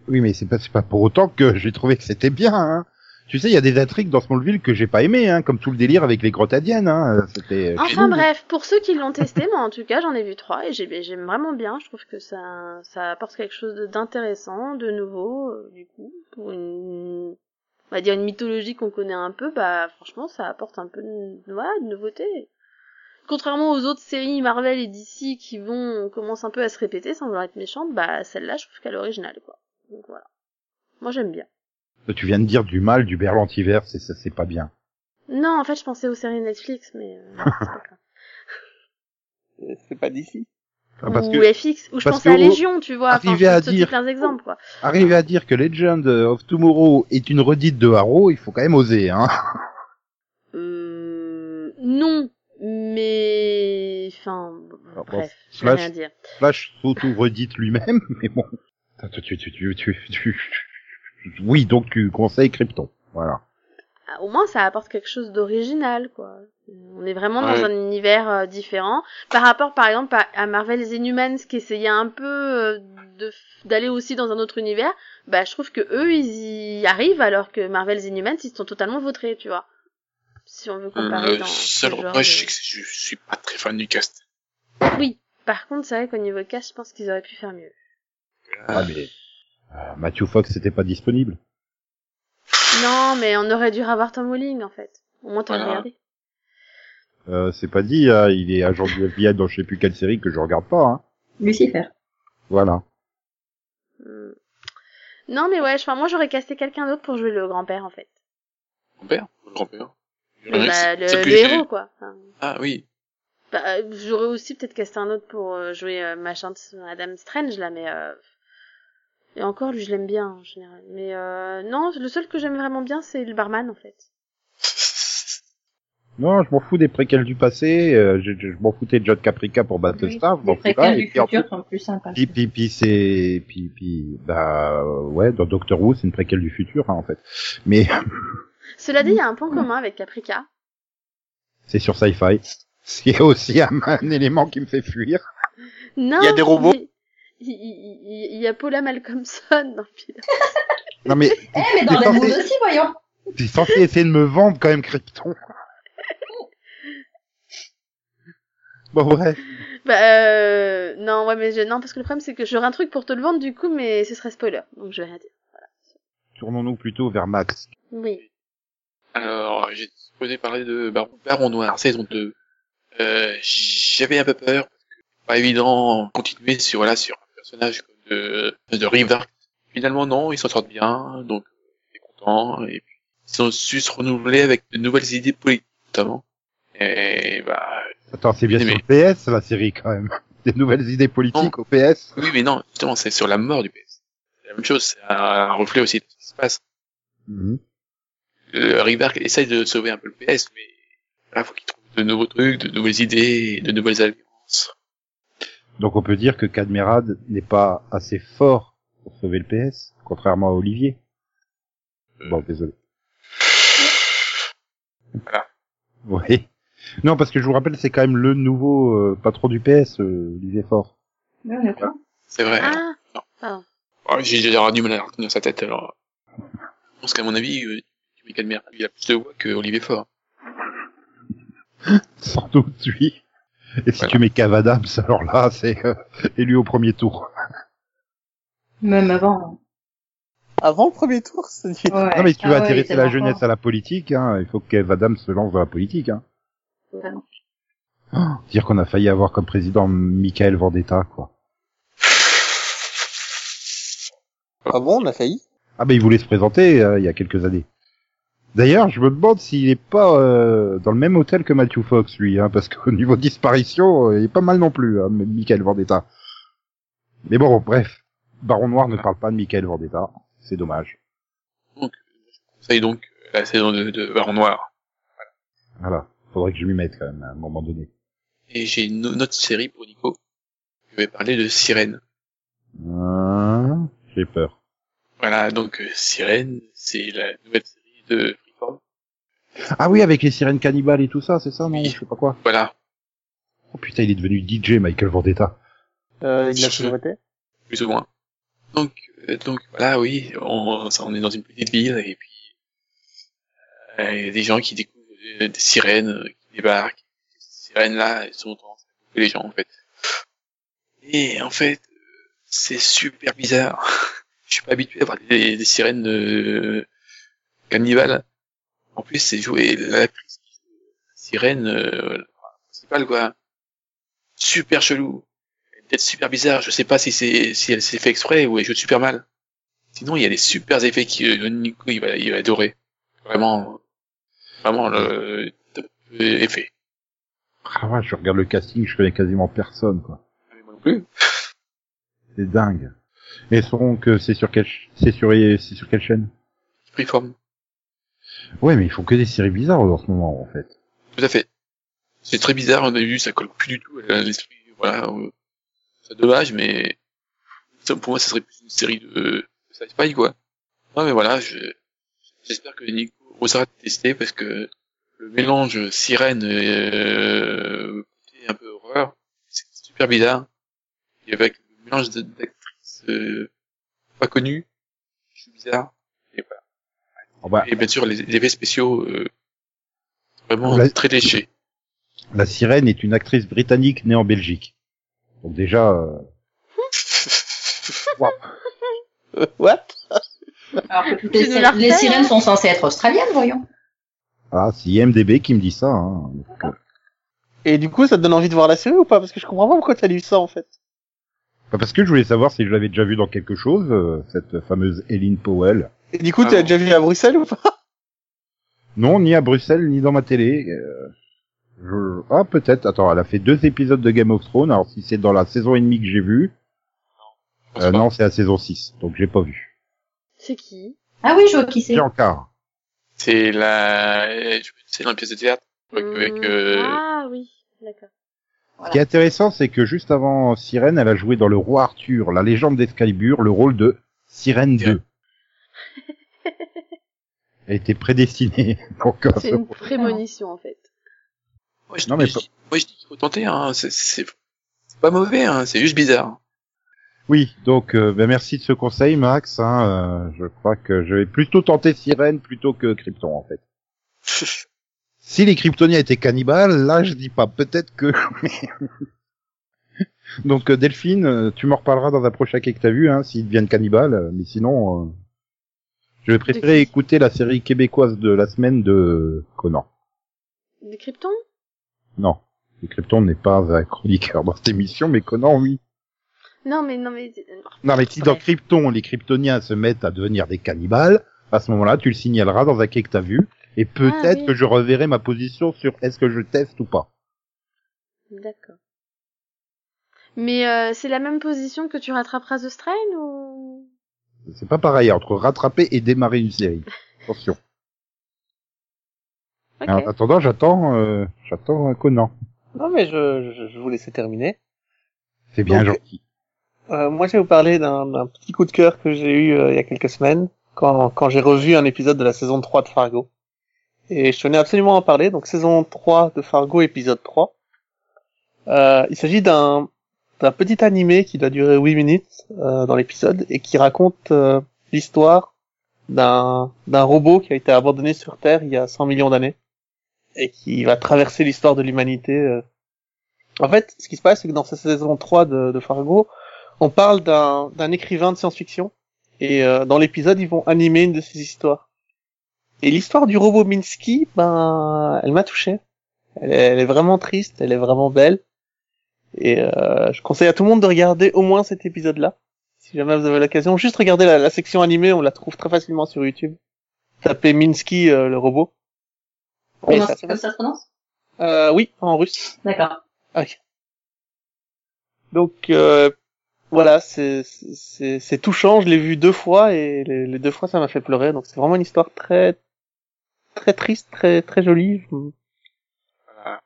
Oui, mais c'est pas, c'est pas pour autant que j'ai trouvé que c'était bien. Hein. Tu sais, il y a des intrigues dans Smallville que j'ai pas aimé, hein, comme tout le délire avec les grotadiennes. Hein. C'était.
Enfin bref, pour ceux qui l'ont testé, moi en tout cas j'en ai vu trois et j'ai- j'aime vraiment bien. Je trouve que ça, ça apporte quelque chose de- d'intéressant, de nouveau, euh, du coup, pour une, on va dire une mythologie qu'on connaît un peu. Bah franchement, ça apporte un peu de, voilà, de nouveauté. Contrairement aux autres séries Marvel et DC qui vont, commencent un peu à se répéter sans vouloir être méchante, bah celle-là je trouve qu'elle est originale quoi. Donc voilà, moi j'aime bien. Ah.
Tu viens de dire du mal du Berlantiverse, c'est ça, c'est pas bien.
Non, en fait je pensais aux séries Netflix, mais euh, c'est pas grave.
Euh, C'est pas d'ici.
Enfin, Bah, Ah, parce
ou
que
FX, ou je
parce
pensais à
que-
Légion, tu vois. Enfin,
arriver à
je te cite
dire- Oh.
plein d'exemples, quoi.
arriver à dire que Legend of Tomorrow est une redite de Arrow, il faut quand même oser. Hein.
Euh, non, mais... Enfin, bon,
Alors, bon,
bref, je vais
Flash.
rien dire.
Flash s'auto-redite lui-même, mais bon. Tu, tu, tu, tu, tu, tu- Oui, donc tu conseilles Krypton, voilà.
Ah, Au moins, ça apporte quelque chose d'original, quoi. On est vraiment dans
Ouais.
un univers euh, différent. Par rapport, par exemple, à, à Marvel's Inhumans, qui essayait un peu euh, de f- d'aller aussi dans un autre univers, bah, je trouve que eux, ils y arrivent, alors que Marvel's Inhumans, ils se sont totalement vautrés, tu vois. Si on
Hmm,
veut
euh,
comparer
le
dans ce
seul
genre
reproche,
de-
Euh, c'est que je suis pas très fan du cast.
Oui, par contre, c'est vrai qu'au niveau cash, je pense qu'ils auraient pu faire mieux.
Ah, mais euh, Matthew Fox n'était pas disponible.
Non, mais on aurait dû revoir Tom Welling, en fait. Au moins, t'aurais
Voilà.
regardé.
Euh, c'est pas dit, hein, il est agent du FBI dans je sais plus quelle série que je regarde pas. Hein.
Lucifer.
Voilà.
Hmm. Non, mais ouais, je- enfin, moi, j'aurais casté quelqu'un d'autre pour jouer le grand-père, en fait.
Grand-père Grand-père
Le,
Ouais,
bah,
c'est-
le,
c'est
le
plus-
héros, quoi. Enfin,
Ah oui.
bah, euh, j'aurais aussi peut-être casté un autre pour euh, jouer euh, machin de- Adam Strange, là, mais... euh, Et encore, lui, je l'aime bien, en général. Mais euh, non, le seul que j'aime vraiment bien, c'est le barman, en fait.
Non, je m'en fous des préquels du passé, euh, je, je- je m'en foutais de John Caprica pour Battlestar, je m'en fous pas,
du
et puis en
futur sont plus sympas.
Puis, puis, puis c'est, puis, puis, bah, euh, ouais, dans Doctor Who, c'est une préquelle du futur, hein, en fait. Mais
Cela dit, il y a un point commun avec Caprica.
c'est sur Sci-Fi. Ce qui est aussi un, un élément qui me fait fuir.
Non,
Il y a des robots.
mais Il il- il- il y a Paula Malcolmson dans le pilote.
Non mais,
Eh, mais dans
Mais
la
quand
mood
c'est-
aussi, voyons.
t'es censé essayer de me vendre quand même Krypton. pas vrai.
Bah, euh, non, ouais, mais je, non, parce que le problème, c'est que j'aurais un truc pour te le vendre, du coup, mais ce serait spoiler. Donc, je vais rien dire.
Tournons-nous plutôt vers Max.
Oui.
Alors, j'ai supposé parler de Baron, Baron Noir, saison 2. Euh, j'avais un peu peur, parce que c'est pas évident de continuer sur, voilà, sur un personnage comme de, de River. Finalement, non, ils s'en sortent bien, donc, on est content, et puis, ils ont su se renouveler avec de nouvelles idées politiques, notamment. Et, bah,
Attends, c'est bien
Oui,
sur PS la série quand même. Des nouvelles idées politiques au PS.
oui, mais non, justement, c'est sur la mort du PS. C'est la même chose, c'est un, un reflet aussi de ce qui se passe.
Mhm.
le Euh, River essaye de sauver un peu le PS, mais là, faut qu'il trouve de nouveaux trucs, de nouvelles idées, de nouvelles alliances.
Donc on peut dire que Cadmerad n'est pas assez fort pour sauver le PS, contrairement à Olivier.
Euh.
Bon, désolé.
Voilà.
Oui. Non, parce que je vous rappelle, c'est quand même le nouveau euh, patron du PS, euh, Olivier Faure.
Ouais, d'accord.
C'est vrai.
Ah,
Oh, J'ai déjà du mal à retenir sa tête, alors. Je pense qu'à mon avis, euh, Jimmy Calmer, il a plus de voix que Olivier Faure.
Sans doute, oui. Et si
Voilà.
tu mets Cavadams, alors là, c'est euh, élu au premier tour.
Même avant.
Avant le premier tour, c'est dit.
Ouais.
Non, mais si tu
Ah
veux
ouais,
intéresser
c'est
la
vraiment
jeunesse
fort.
à la politique, hein, il faut que Cavadams se lance dans la politique. Hein. Oh,
Vraiment.
Dire qu'on a failli avoir comme président Michael Vendetta, quoi.
Ah bon, on a failli
Ah ben il voulait se présenter euh, il y a quelques années. D'ailleurs, je me demande s'il est pas euh, dans le même hôtel que Matthew Fox, lui, hein, parce qu'au niveau disparition, euh, il est pas mal non plus, hein, mais Michael Vendetta. Mais bon, bref, Baron Noir ne parle pas de Michael Vendetta, c'est dommage.
Ça y est donc euh, la saison de, de Baron Noir.
Voilà, faudrait que je m'y mette quand même à un moment donné.
Et j'ai une no- une autre série pour Nico. Je vais parler de Sirène.
Hein, J'ai peur.
Voilà, donc euh, Sirène, c'est la nouvelle série de Freeform.
Ah oui, avec les sirènes cannibales et tout ça, c'est ça, non Je sais pas quoi.
Voilà.
Oh putain, il est devenu DJ, Michael Vendetta.
euh, Il a
Je-
pivoté
plus ou moins. Donc, euh, donc voilà, oui, on, on est dans une petite ville et puis euh, il y a des gens qui découvrent euh, des sirènes euh, qui débarquent. Ces sirènes-là, elles sont tendance à bouffer les gens en fait. Et en fait, euh, c'est super bizarre. Je suis pas habitué à voir des, des sirènes euh, cannibales. En plus, c'est joué la, la sirène euh, la principale quoi. Super chelou peut-être super bizarre. Je sais pas si c'est si elle s'est fait exprès ou elle joue super mal. Sinon, il y a des super effets qui euh, Nico il va il va adorer. Vraiment, vraiment le top effet.
Ah ouais, je regarde le casting, je connais quasiment personne, quoi.
Moi non plus.
C'est dingue. Et seront que c'est sur quelle ch- c'est sur c'est sur quelle chaîne
Freeform.
Ouais, mais ils font que des séries bizarres en ce moment en fait.
Tout à fait. C'est très bizarre. On a vu ça colle plus du tout à l'esprit. Voilà, euh, c'est dommage, mais ça, pour moi, ça serait plus une série de, de sci-fi quoi. Non, mais voilà, je j'espère que Nico osera tester parce que le mélange sirène et euh, côté un peu horreur, c'est super bizarre. Et avec le mélange de- d'actrices euh, pas connues, c'est bizarre.
Oh bah,
Et bien sûr, les les effets spéciaux euh, vraiment
Là-
très léchés.
la sirène est une actrice britannique née en Belgique. Donc déjà, euh,
Euh, What
Alors que toutes les,
Tu nous la
sirènes- les
refais,
sirènes
hein
sont censées être australiennes, voyons.
ah, c'est IMDB qui me dit ça. Hein. Donc, euh,
Et du coup, ça te donne envie de voir la série ou pas Parce que je comprends pas pourquoi t'as lu ça en fait.
bah, parce que je voulais savoir si je l'avais déjà vu dans quelque chose, euh, cette fameuse Eileen Powell.
Et du coup,
Ah
t'as
bon.
déjà vu à Bruxelles ou pas
Non, ni à Bruxelles, ni dans ma télé. euh, je- Ah, peut-être. Attends, elle a fait deux épisodes de Game of Thrones. Alors si c'est dans la saison et demie que j'ai vu, euh, non, c'est la saison 6. Donc j'ai pas vu.
c'est qui
Ah oui, je vois qui c'est.
J'ai encore.
C'est la, euh, c'est dans la pièce de théâtre avec, avec, euh,
Hum, Ah, oui, d'accord.
Ce qui est intéressant, c'est que juste avant Sirène, elle a joué dans Le Roi Arthur, la légende d'Excalibur, le rôle de Sirène 2. Elle était prédestinée. Donc, euh,
C'est une prémonition, en fait.
Moi, je,
Non, mais
je dis, moi, je dis qu'il faut tenter. Hein. C'est, c'est, c'est pas mauvais. Hein. C'est juste bizarre.
oui, donc euh, ben, merci de ce conseil, Max. hein, euh, je crois que je vais plutôt tenter Sirène plutôt que Krypton, en fait. Si les Kryptoniens étaient cannibales, là je dis pas, peut-être que. mais- Donc euh, Delphine, euh, tu m'en reparleras dans un prochain quai que t'as vu, hein, s'ils deviennent cannibales, euh, mais sinon, euh, je vais préférer écouter la série québécoise de la semaine de Conan.
Des Krypton
Non, les Krypton n'est pas un chroniqueur dans cette émission, mais Conan oui.
Non, mais non, mais.
Non, mais si dans
Bref.
Krypton, les Kryptoniens se mettent à devenir des cannibales, à ce moment-là, tu le signaleras dans un quai que t'as vu, et peut-être
oui.
que je reverrai ma position sur est-ce que je teste ou pas.
D'accord. Mais euh, c'est la même position que tu rattraperas The Strain ou
C'est pas pareil entre rattraper et démarrer une série. Attention.
Ok.
En attendant, j'attends, euh, j'attends un Conan.
Non, mais je, je, je vous laisse terminer.
C'est bien
Donc-
gentil.
Euh, moi, je vais vous parler d'un d'un petit coup de cœur que j'ai eu euh, il y a quelques semaines, quand, quand j'ai revu un épisode de la saison 3 de Fargo. Et je tenais absolument à en parler, donc saison 3 de Fargo, épisode 3. Euh, il s'agit d'un d'un petit animé qui doit durer 8 minutes euh, dans l'épisode et qui raconte euh, l'histoire d'un d'un robot qui a été abandonné sur Terre il y a 100 millions d'années et qui va traverser l'histoire de l'humanité. euh. En fait, ce qui se passe, c'est que dans cette saison 3 de, de Fargo, on parle d'un d'un écrivain de science-fiction et euh, dans l'épisode ils vont animer une de ces histoires. Et l'histoire du robot Minsky, ben, elle m'a touché. Elle est, elle est vraiment triste, elle est vraiment belle. Et euh, je conseille à tout le monde de regarder au moins cet épisode-là. Si jamais vous avez l'occasion, juste regardez la, la section animée, on la trouve très facilement sur YouTube. Tapez Minsky euh, le robot. Et
Comment
ça-
c'est comme ça se prononce
euh, oui, en russe.
D'accord.
Donc euh, voilà, c'est- c'est c'est- c'est touchant. Je l'ai vu deux fois et les, les deux fois ça m'a fait pleurer. Donc c'est vraiment une histoire très très triste, très très jolie.
Voilà.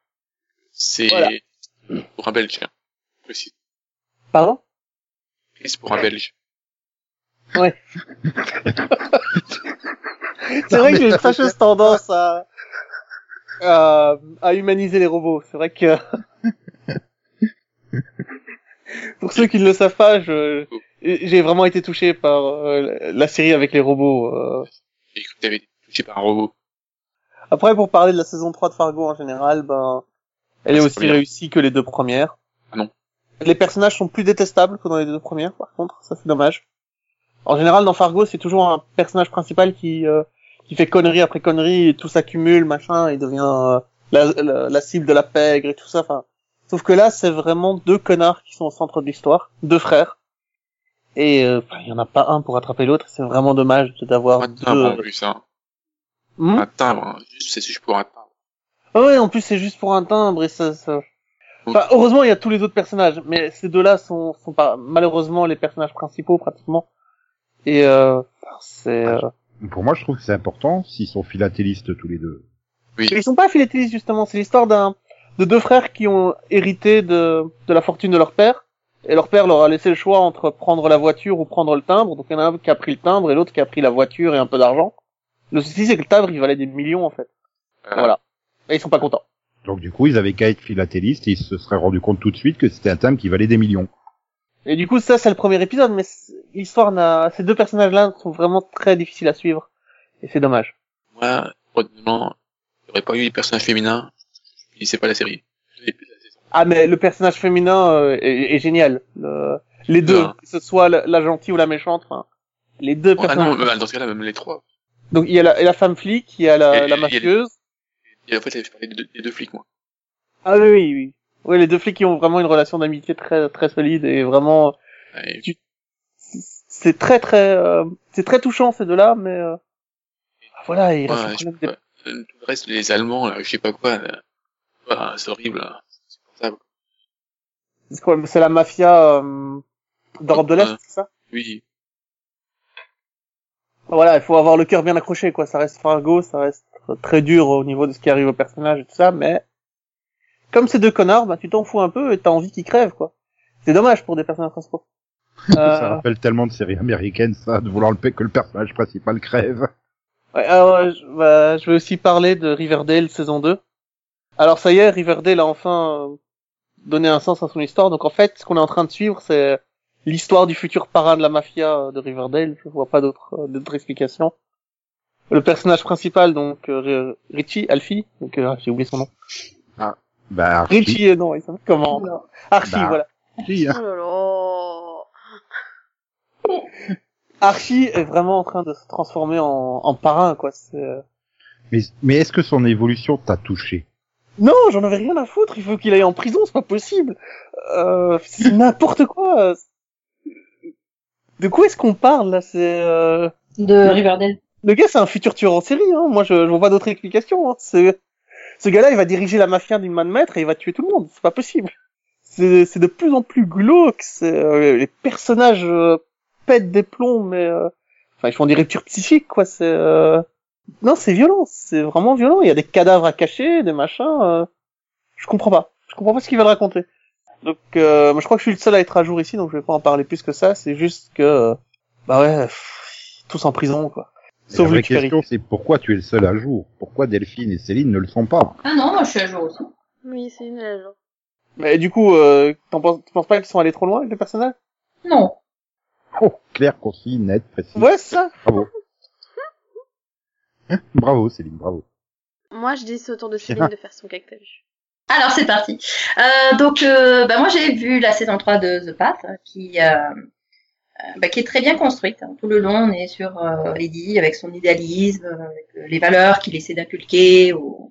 C'est
Voilà.
pour un Belge. hein. Précis.
Pardon
Triste pour un Belge.
C'est vrai que j'ai une fâcheuse tendance à à, à humaniser les robots. C'est vrai que pour ceux qui ne le savent pas, je j'ai vraiment été touché par euh, la série avec les robots. euh,
J'ai cru que t'avais été touché par un robot.
Après, pour parler de la saison 3 de Fargo en général, ben, elle est
C'est
aussi
bien.
réussie que les deux premières.
Ah non.
Les personnages sont plus détestables que dans les deux premières, par contre, ça c'est dommage. En général, dans Fargo, c'est toujours un personnage principal qui euh, qui fait connerie après connerie, et tout s'accumule, machin, il devient euh, la, la- la cible de la pègre et tout ça. Enfin, sauf que là, c'est vraiment deux connards qui sont au centre de l'histoire, deux frères. Et euh, enfin, il y en a pas un pour attraper l'autre, c'est vraiment dommage d'avoir
Un timbre en
deux.
plus, hein.
Hmm
Un timbre, hein. Juste- c'est juste pour un timbre.
Ah ouais, en plus c'est juste pour un timbre et ça, ça... Enfin, heureusement il y a tous les autres personnages, mais ces deux-là sont, sont pas malheureusement les personnages principaux pratiquement. Et euh, c'est. euh,
Pour moi, je trouve que c'est important s'ils sont philatélistes tous les deux.
Ils sont pas philatélistes justement, c'est l'histoire d'un de deux frères qui ont hérité de, de la fortune de leur père et leur père leur a laissé le choix entre prendre la voiture ou prendre le timbre. Donc il y en a un qui a pris le timbre et l'autre qui a pris la voiture et un peu d'argent. Le souci c'est que le timbre il valait des millions en fait.
Euh,
Voilà. Et ils sont pas contents.
Donc du coup, ils avaient qu'à être philatélistes et ils se seraient rendu compte tout de suite que c'était un thème qui valait des millions.
Et du coup, ça, c'est le premier épisode, mais c- l'histoire n'a, ces deux personnages-là sont vraiment très difficiles à suivre. Et c'est dommage.
Moi, honnêtement, il n'y aurait pas eu les personnages féminins. Je finissais pas la série. Je l'ai plus la saison.
Ah, mais le personnage féminin euh, est, est génial. Le- les deux,
Non.
que ce soit la, la gentille ou la méchante, enfin, les deux
Ah
personnages.
non, bah, dans ce cas-là, même les trois.
Donc, il y a la, la femme flic, il y a la,
Et-
la
et-
mafieuse.
Et en fait, je parlais des deux, des deux flics, moi.
Ah oui, oui, oui. Oui, les deux flics qui ont vraiment une relation d'amitié très, très solide et vraiment,
Et,
c'est très, très, euh, c'est très touchant ces deux-là, mais euh, voilà, il reste
Ouais,
le
je-
problème des-
euh, tout le reste, les Allemands, là, je sais pas quoi, là. Ah, c'est horrible. là. C'est insupportable.
C'est quoi, c'est la mafia euh, d'Europe de l'Est,
Ouais.
c'est ça
Oui,
Voilà, il faut avoir le cœur bien accroché, quoi. Ça reste Fargo, ça reste très dur au niveau de ce qui arrive au personnage et tout ça, mais comme ces deux connards, bah tu t'en fous un peu et t'as envie qu'ils crèvent, quoi. C'est dommage pour des personnages principaux.
Ça
Euh,
rappelle tellement de séries américaines, ça, de vouloir le pe- que le personnage principal crève.
ouais, alors, je, bah, je vais aussi parler de Riverdale saison 2. Alors ça y est, Riverdale a enfin euh, donné un sens à son histoire. Donc en fait, ce qu'on est en train de suivre, c'est l'histoire du futur parrain de la mafia euh, de Riverdale. Je vois pas d'autre euh, d'autre explication. le personnage principal, donc euh, Richie, Alfie, donc euh, ah, j'ai oublié son nom.
Bah, Archie.
Richie, euh, non, il s'appelle comment Archie,
Bah.
voilà.
Archie, hein.
Oh là là.
Archie est vraiment en train de se transformer en, en parrain, quoi. c'est, euh,
Mais, mais est-ce que son évolution t'a touché
Non, j'en avais rien à foutre. Il faut qu'il aille en prison, c'est pas possible. Euh, c'est n'importe quoi. euh. De quoi est-ce qu'on parle là C'est euh,
De Riverdale.
le gars, c'est un futur tueur en série. Hein. Moi, je, je vois pas d'autres explications. Hein. C'est- Ce gars-là, il va diriger la mafia d'une main de maître et il va tuer tout le monde. C'est pas possible. C'est c'est de plus en plus glauque. c'est, euh, les personnages euh, pètent des plombs, mais euh, enfin, ils font des ruptures psychiques, quoi. C'est euh, non, c'est violent. C'est vraiment violent. Il y a des cadavres à cacher, des machins. euh, Je comprends pas. Je comprends pas ce qu'ils veulent raconter. Donc, euh, moi, je crois que je suis le seul à être à jour ici, donc je vais pas en parler plus que ça. C'est juste que, euh, bah ouais, pff, tous en prison, quoi.
Et
Sauf
La vraie
Luc Ferry.
question, c'est pourquoi tu es le seul à jour Pourquoi Delphine et Céline ne le sont pas
Ah non, moi je suis à jour aussi.
Oui, c'est une agence.
Mais du coup, euh, t'en penses, tu penses pas qu'ils sont allés trop loin avec le personnage
Non.
Oh, clair, concis, net, précis.
Ouais, c'est ça.
Bravo. Hein bravo, Céline, bravo.
Moi, je dis c'est au tour de
C'est
Céline
vrai.
de faire son cactus.
Alors c'est parti. Euh, donc euh, bah, moi j'ai vu la saison 3 de The Path qui euh, euh, bah, qui est très bien construite. hein. Tout le long on est sur euh, Eddie avec son idéalisme, avec euh, les valeurs qu'il essaie d'inculquer au,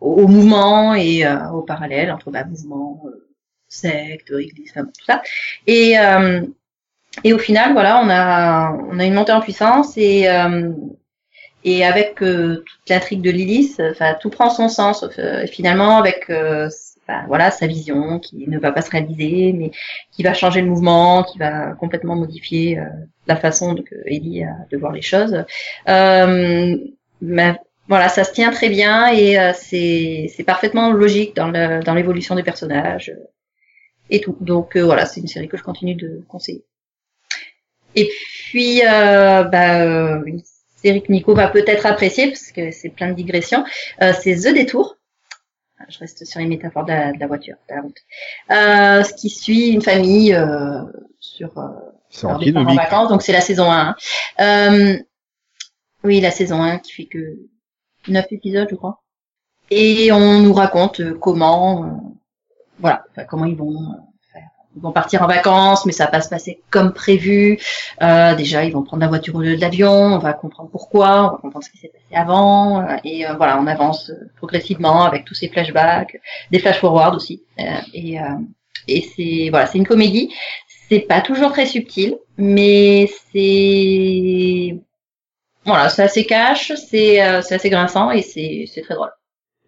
au, au mouvement et euh, au parallèle entre bah, mouvement, euh, secte, église, enfin, bon, tout ça. Et euh, et au final voilà on a on a une montée en puissance et euh, et avec euh, toute l'intrigue de Lilith, euh, enfin tout prend son sens euh, et finalement avec euh, s- enfin, voilà sa vision qui ne va pas se réaliser, mais qui va changer le mouvement, qui va complètement modifier euh, la façon de, que Ellie a de voir les choses. Euh, mais voilà, ça se tient très bien et euh, c'est c'est parfaitement logique dans le dans l'évolution des personnages euh, et tout. Donc euh, voilà, c'est une série que je continue de conseiller. Et puis euh, bah, euh, une série que Nico va peut-être apprécier parce que c'est plein de digressions. Euh, c'est The Détour. Ah, Je reste sur les métaphores de la, de la voiture, de la route. Euh, ce qui suit une famille euh, sur euh,
C'est
alors, des parents en
antinomique.
vacances, donc c'est la saison 1. Euh, oui, la saison 1 qui fait que 9 épisodes, je crois. Et on nous raconte euh, comment, euh, voilà, enfin, comment ils vont euh, faire. Ils vont partir en vacances, mais ça va pas se passer comme prévu. Euh, déjà, ils vont prendre la voiture au lieu de l'avion. On va comprendre pourquoi, on va comprendre ce qui s'est passé avant. euh, et euh, voilà, on avance euh, progressivement avec tous ces flashbacks, des flash-forwards aussi. euh, et euh, et c'est voilà, c'est une comédie. C'est pas toujours très subtil, mais c'est voilà, c'est assez cash, c'est euh, c'est assez grinçant et c'est c'est très drôle.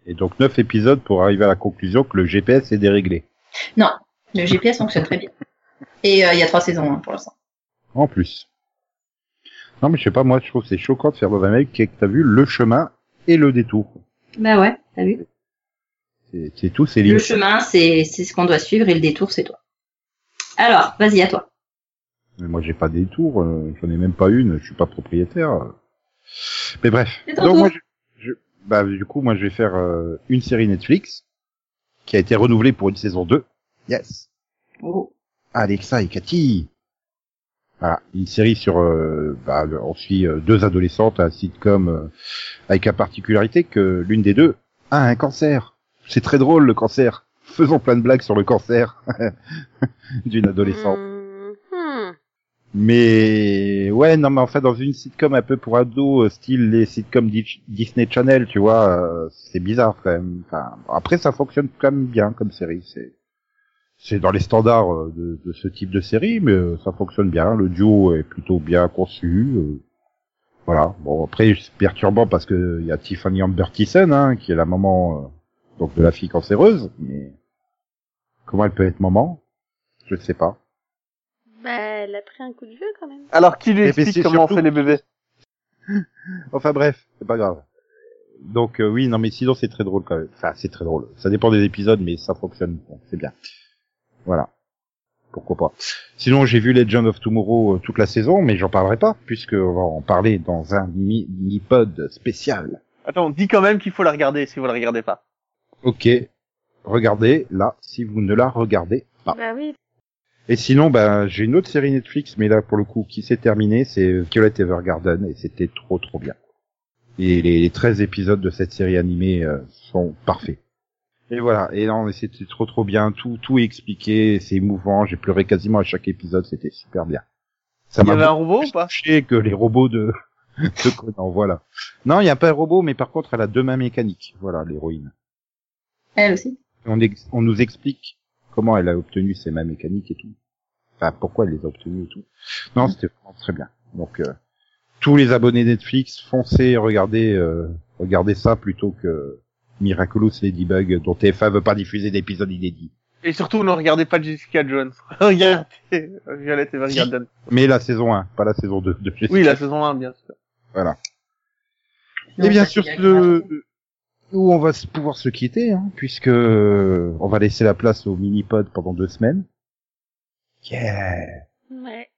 Et donc neuf épisodes pour arriver à la conclusion que le GPS est déréglé.
Le GPS fonctionne très bien. Et euh, il y a trois saisons hein, pour l'instant.
En plus. Non mais je sais pas, moi je trouve que c'est choquant de faire dans un mec qui t'as vu le chemin et le détour.
Bah ouais, t'as vu.
C'est c'est tout, Céline.
Le chemin, c'est c'est ce qu'on doit suivre et le détour, c'est toi. Alors, vas-y à toi.
Mais moi j'ai pas de détour, euh, j'en ai même pas une, je suis pas propriétaire. Mais bref.
C'est ton
Donc
tour.
moi je, je- bah du coup moi je vais faire euh, une série Netflix qui a été renouvelée pour une saison 2. Yes.
Oh.
Alexa et Cathy. Voilà, une série sur, euh, bah, on suit euh, deux adolescentes à un sitcom euh, avec la particularité que l'une des deux a un cancer. C'est très drôle le cancer. Faisons plein de blagues sur le cancer d'une adolescente.
Hmm. Hmm.
Mais ouais, non, mais enfin dans une sitcom un peu pour ados, euh, style les sitcoms Di- Disney Channel, tu vois, euh, c'est bizarre quand même. Enfin, après, ça fonctionne quand même bien comme série. C'est c'est dans les standards euh, de, de ce type de série, mais euh, ça fonctionne bien. Le duo est plutôt bien conçu. euh, voilà. Bon, après, c'est perturbant parce que il y a Tiffany Amber Thiessen, hein, qui est la maman euh, donc de la fille cancéreuse. Mais comment elle peut être maman Je ne sais pas.
Bah, elle a pris un coup de vieux quand même.
Alors, qui lui
Mais
explique
c'est
comment on
surtout-
fait les bébés
Enfin bref, c'est pas grave. Donc euh, oui, non mais sinon c'est très drôle quand même. Enfin c'est très drôle. Ça dépend des épisodes, mais ça fonctionne. Bon, c'est bien. Voilà. Pourquoi pas. Sinon j'ai vu Legend of Tomorrow euh, toute la saison, mais j'en parlerai pas puisque on va en parler dans un mi- mini-pod spécial.
Attends, on dit quand même qu'il faut la regarder si vous la regardez pas.
Ok. Regardez là si vous ne la regardez pas.
Bah oui.
Et sinon, ben j'ai une autre série Netflix, mais là pour le coup qui s'est terminée, c'est Violet Evergarden et c'était trop trop bien. Et les, les 13 épisodes de cette série animée euh, sont parfaits. Et voilà. Et non, mais c'était trop trop bien. Tout tout est expliqué. C'est émouvant. J'ai pleuré quasiment à chaque épisode. C'était super bien. Ça
Il y avait un
m'a
robot ou pas
touché que les robots de de Conan. Voilà. Non, il n'y a pas un robot, mais par contre, elle a deux mains mécaniques. Voilà, l'héroïne.
Elle aussi.
On, ex- on nous explique comment elle a obtenu ses mains mécaniques et tout. Enfin, pourquoi elle les a obtenues et tout. Non, c'était vraiment très bien. Donc, euh, tous les abonnés Netflix, foncez, regardez, euh, regardez ça plutôt que Miraculous Ladybug, dont TF1 veut pas diffuser d'épisodes inédits.
Et surtout, ne regardez pas Jessica Jones. Regardez Violet Evergarden.
Mais la saison 1, pas la saison 2 de Jessica.
Oui, la saison 1, bien sûr.
Voilà.
Non,
et bien
parce
sûr,
qu'il y a
le... nous, on va se- pouvoir se quitter, hein, puisque euh, on va laisser la place au mini-pod pendant deux semaines. Yeah
Ouais.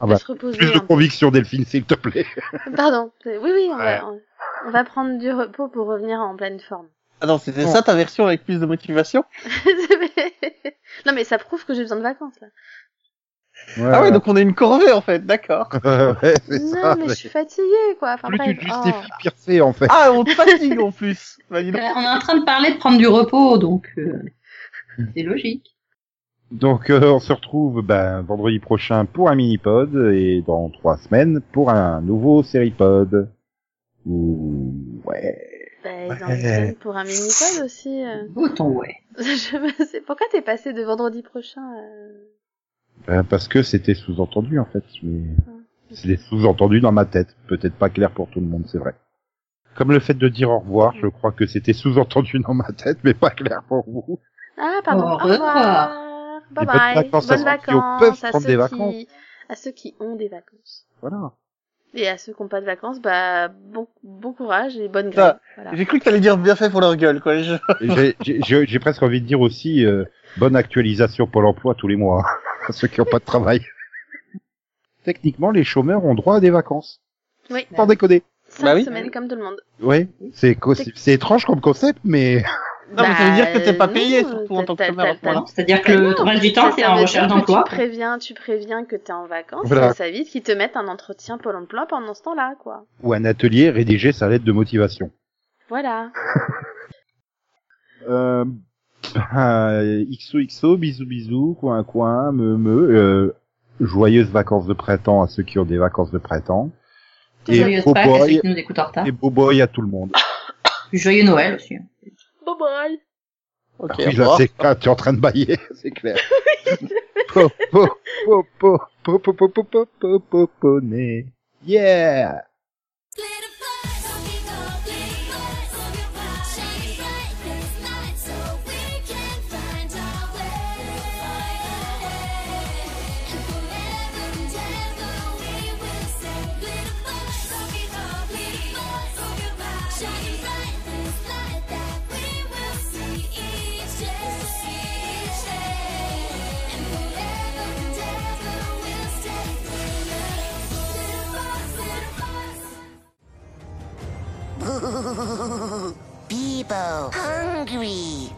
Ah
On
bah,
va se reposer.
Plus de
hein.
conviction, Delphine, s'il te plaît.
Pardon. Oui, oui, on, va,
Ouais.
on- on va prendre du repos pour revenir en pleine forme.
Ah non, c'était
Bon.
ça ta version avec plus de motivation
non, mais ça prouve que j'ai besoin de vacances, là.
Ah ouais, donc on est une corvée en fait, d'accord.
ouais, c'est
non,
ça.
mais je
mais
suis fatiguée, quoi. Enfin,
Plus
bref.
tu justifies,
Oh.
pire c'est, en fait.
Ah, on te fatigue en plus. Bah, dis donc.
Euh, On est en train de parler de prendre du repos, donc euh, c'est logique.
Donc, euh, on se retrouve ben, vendredi prochain pour un mini-pod et dans trois semaines pour un nouveau série-pod. Ou... Ouais.
Bah, ils en
Ouais.
prennent pour un mini-pod aussi. euh.
Autant ouais.
Je sais... Pourquoi t'es passé de vendredi prochain euh,
Ben, parce que c'était sous-entendu, en fait. Mais... C'est sous-entendu dans ma tête. Peut-être pas clair pour tout le monde, c'est vrai. Comme le fait de dire au revoir, je crois que c'était sous-entendu dans ma tête, mais pas clair pour vous.
Ah, pardon.
Au
Au revoir. Bye
Et bonnes
bye.
vacances à
Bonnes
ceux qui ont- peuvent
vacances à
prendre
ceux
des
qui-
vacances.
à ceux qui ont des vacances.
Voilà.
Et à ceux qui n'ont pas de vacances, bah, bon, bon courage et
Bah,
bonne grève. Voilà.
J'ai cru que t'allais dire bien fait pour leur gueule, quoi. Je-
Et j'ai- J'ai j'ai- j'ai presque envie de dire aussi euh, bonne actualisation Pôle emploi tous les mois hein, à ceux qui n'ont pas de travail. Techniquement, les chômeurs ont droit à des vacances.
Oui,
Sans déconner.
cinq
Bah oui.
semaines comme tout le monde.
Oui, c'est co- c'est c'est étrange comme concept, mais
Non, mais ça veut dire que t'es
Bah,
pas payé, surtout en tant que chômeur, à ce moment-là.
Voilà. C'est-à-dire que le reste du temps, t'es en recherche d'emploi.
Tu préviens, tu préviens que t'es en vacances,
Voilà.
que ça vite, qu'ils te mettent un entretien Pôle emploi pendant ce temps-là, quoi.
ou un atelier rédiger sa lettre de motivation.
Voilà.
Euh, ben, XOXO, bisous bisous, coin coin, me me. Euh, joyeuses vacances de printemps à ceux qui ont des vacances de printemps. Et
Joyeux
beau
Pâques à ceux
boy,
qui nous écoutent en retard.
et beau boy à tout le monde.
Joyeux Noël aussi. hein.
Bye bye.
Ok,
Ah oui,
au
là,
revoir.
c'est clair, tu es en train de bailler, c'est clair. Po, po, po, po, po, po, po, po, po, po, po, po, né. Yeah!
Shine bright this light that we will see each day, each day. And forever and ever we'll stay. Little fox, little fox.
Bebo, hungry.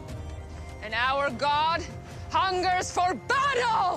And our God hungers for battle!